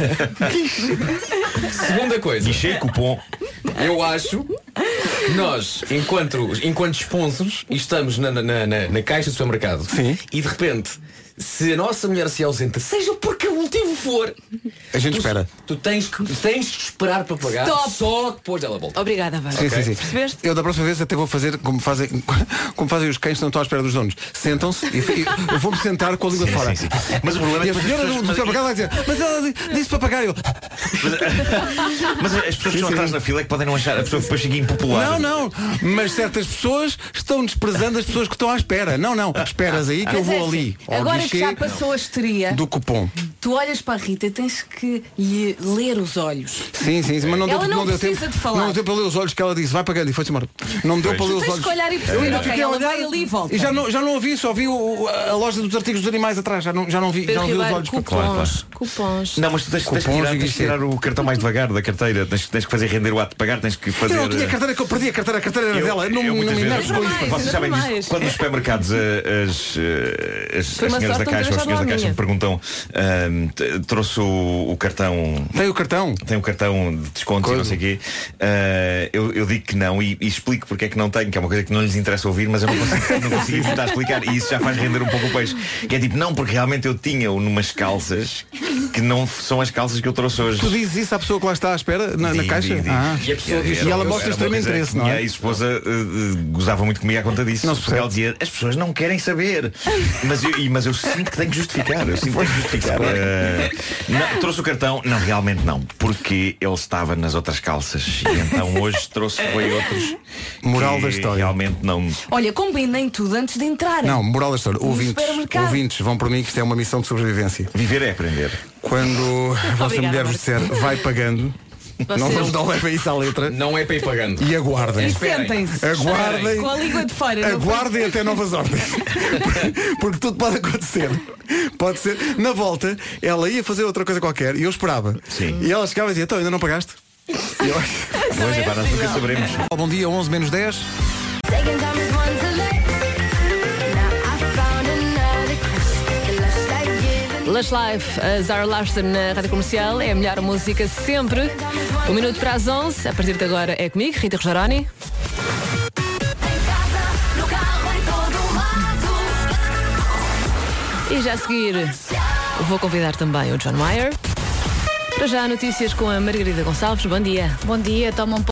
Speaker 5: Segunda coisa.
Speaker 10: Guichê, cupom.
Speaker 5: Eu acho que nós, enquanto, enquanto sponsors, e estamos na, na, na, na- na caixa do supermercado
Speaker 1: Sim.
Speaker 5: e de repente, se a nossa mulher se ausenta, seja por que motivo for,
Speaker 1: A gente espera.
Speaker 5: tu tens que, tens que esperar para pagar
Speaker 16: Stop.
Speaker 5: só depois dela volta.
Speaker 16: Obrigada, Vasco.
Speaker 1: Sim, sim, sim.
Speaker 16: Percebeste?
Speaker 1: Eu da próxima vez até vou fazer como fazem, como fazem os cães que não estão à espera dos donos. Sentam-se e e eu vou-me sentar com a língua de fora.
Speaker 10: sim, sim. Mas o problema é
Speaker 1: e
Speaker 10: que
Speaker 1: a
Speaker 10: depois as
Speaker 1: senhora do,
Speaker 10: pessoas- Ah,
Speaker 1: do
Speaker 10: mas-
Speaker 1: supermercado vai dizer, mas ela di-
Speaker 10: assim.
Speaker 1: disse para pagar eu.
Speaker 10: Mas as pessoas que estão atrás na fila é que podem não achar. A pessoa que depois chega impopular.
Speaker 1: Não, não. Mas certas pessoas estão desprezando as pessoas que estão à espera. Não, não. Esperas aí que eu
Speaker 3: Mas é
Speaker 1: vou
Speaker 3: assim,
Speaker 1: ali. Ao
Speaker 3: Agora que já
Speaker 1: guichê
Speaker 3: passou a histeria,
Speaker 1: do cupom.
Speaker 3: tu olhas para a Rita e tens que lhe ler os olhos.
Speaker 1: Sim, sim, sim, mas não deu,
Speaker 3: Ela não
Speaker 1: deu
Speaker 3: precisa
Speaker 1: tempo.
Speaker 3: de falar. Então
Speaker 1: Não deu para ler os olhos que ela disse, vai pagando e foi-se embora. Não me deu para ler os
Speaker 3: Tens
Speaker 1: olhos.
Speaker 3: é que olhar e
Speaker 1: Eu
Speaker 3: perceber,
Speaker 1: ainda
Speaker 3: ok,
Speaker 1: fiquei a
Speaker 3: ela
Speaker 1: olhar
Speaker 3: vai ali e volta.
Speaker 1: E já não, já não ouvi, só vi o- o- a loja dos artigos dos animais atrás, já não, já não vi, já
Speaker 16: Pedro
Speaker 1: não vi os
Speaker 16: Ribeiro,
Speaker 1: olhos.
Speaker 16: cupons, cupons.
Speaker 10: Não, mas tu tens,
Speaker 1: Cupons
Speaker 10: tens, que tirar,
Speaker 1: e
Speaker 10: tens que
Speaker 1: guichê.
Speaker 10: tirar o cartão mais devagar da carteira, tens, tens que fazer render o ato de pagar, tens que fazer.
Speaker 1: Eu não tinha
Speaker 10: eh,
Speaker 1: carteira que eu perdi, a carteira era dela. é Eu não,
Speaker 10: eu
Speaker 1: não
Speaker 10: muitas
Speaker 1: me É.
Speaker 10: vezes-
Speaker 1: enervo
Speaker 10: é
Speaker 1: com isso.
Speaker 16: mais,
Speaker 10: Vocês
Speaker 16: ainda
Speaker 10: sabem
Speaker 16: por
Speaker 10: disso.
Speaker 16: mais.
Speaker 10: Quando nos supermercados eh, as, eh, as,
Speaker 16: Foi
Speaker 10: as
Speaker 16: uma
Speaker 10: senhoras
Speaker 16: sorte
Speaker 10: da
Speaker 16: não
Speaker 10: caixa,
Speaker 16: ter
Speaker 10: os
Speaker 16: deixado lá
Speaker 10: senhores
Speaker 16: a
Speaker 10: da caixa
Speaker 16: minha.
Speaker 10: me perguntam, ahm, t- trouxe o, o cartão.
Speaker 1: Tem o cartão.
Speaker 10: Tem um cartão de descontos e não sei o quê. Ah, eu, eu digo que não e, e explico porque é que não tenho, que é uma coisa que não lhes interessa ouvir, mas eu não consigo, não consigo tentar explicar. E isso já faz render um pouco o peixe. Que é tipo, não, porque realmente eu tinha numas calças que não f- são as calças que eu trouxe hoje.
Speaker 1: Tu dizes isso à pessoa que lá está à espera, na, na
Speaker 10: Digo,
Speaker 1: caixa?
Speaker 10: digo, digo.
Speaker 1: Ah.
Speaker 5: E a pessoa diz,
Speaker 10: era-
Speaker 1: E ela
Speaker 10: era
Speaker 1: mostra
Speaker 10: uma
Speaker 1: extremo
Speaker 10: coisa
Speaker 1: interesse,
Speaker 10: que
Speaker 1: não é?
Speaker 10: Minha esposa eh, eh, gozava muito comigo à conta disso.
Speaker 1: Não se
Speaker 10: porque ela dizia, as pessoas não querem saber. Mas eu, e- mas eu sinto que tenho que justificar. Eu sinto que tenho que justificar. Eh, não, trouxe o cartão? Não, realmente não. Porque ele estava nas outras calças. E então hoje trouxe foi outros.
Speaker 1: Moral
Speaker 10: que
Speaker 1: da história.
Speaker 10: Realmente não.
Speaker 3: Olha, combinem tudo antes de entrar.
Speaker 1: Não, moral da história.
Speaker 3: No
Speaker 1: Ouvintes,
Speaker 3: supermercado.
Speaker 1: ouvintes, vão por mim que isto é uma missão de sobrevivência.
Speaker 10: Viver é aprender.
Speaker 1: Quando a vossa
Speaker 16: Obrigada,
Speaker 1: mulher vos disser vai pagando, não,
Speaker 16: Vocês-
Speaker 1: não levem isso à letra
Speaker 5: Não é para ir pagando.
Speaker 1: e aguardem.
Speaker 3: E sentem-se.
Speaker 1: Aguardem.
Speaker 3: Com a língua de fora. não foi?
Speaker 1: Aguardem É, até novas ordens. Porque tudo pode acontecer. Pode ser. Na volta, ela ia fazer outra coisa qualquer e eu esperava.
Speaker 10: Sim.
Speaker 1: E ela chegava e dizia, então ainda não pagaste? E eu...
Speaker 10: Pois
Speaker 1: é
Speaker 10: agora nunca saberemos.
Speaker 1: Ó, Bom dia, 11 menos 10.
Speaker 16: Lush Life, a Zara Larson na rádio comercial, é a melhor música sempre. Um minuto para as 11, a partir de agora é comigo, Rita Rogeroni. E já a seguir, vou convidar também o John Mayer. Para já, notícias com a Margarida Gonçalves. Bom dia.
Speaker 14: Bom dia, toma um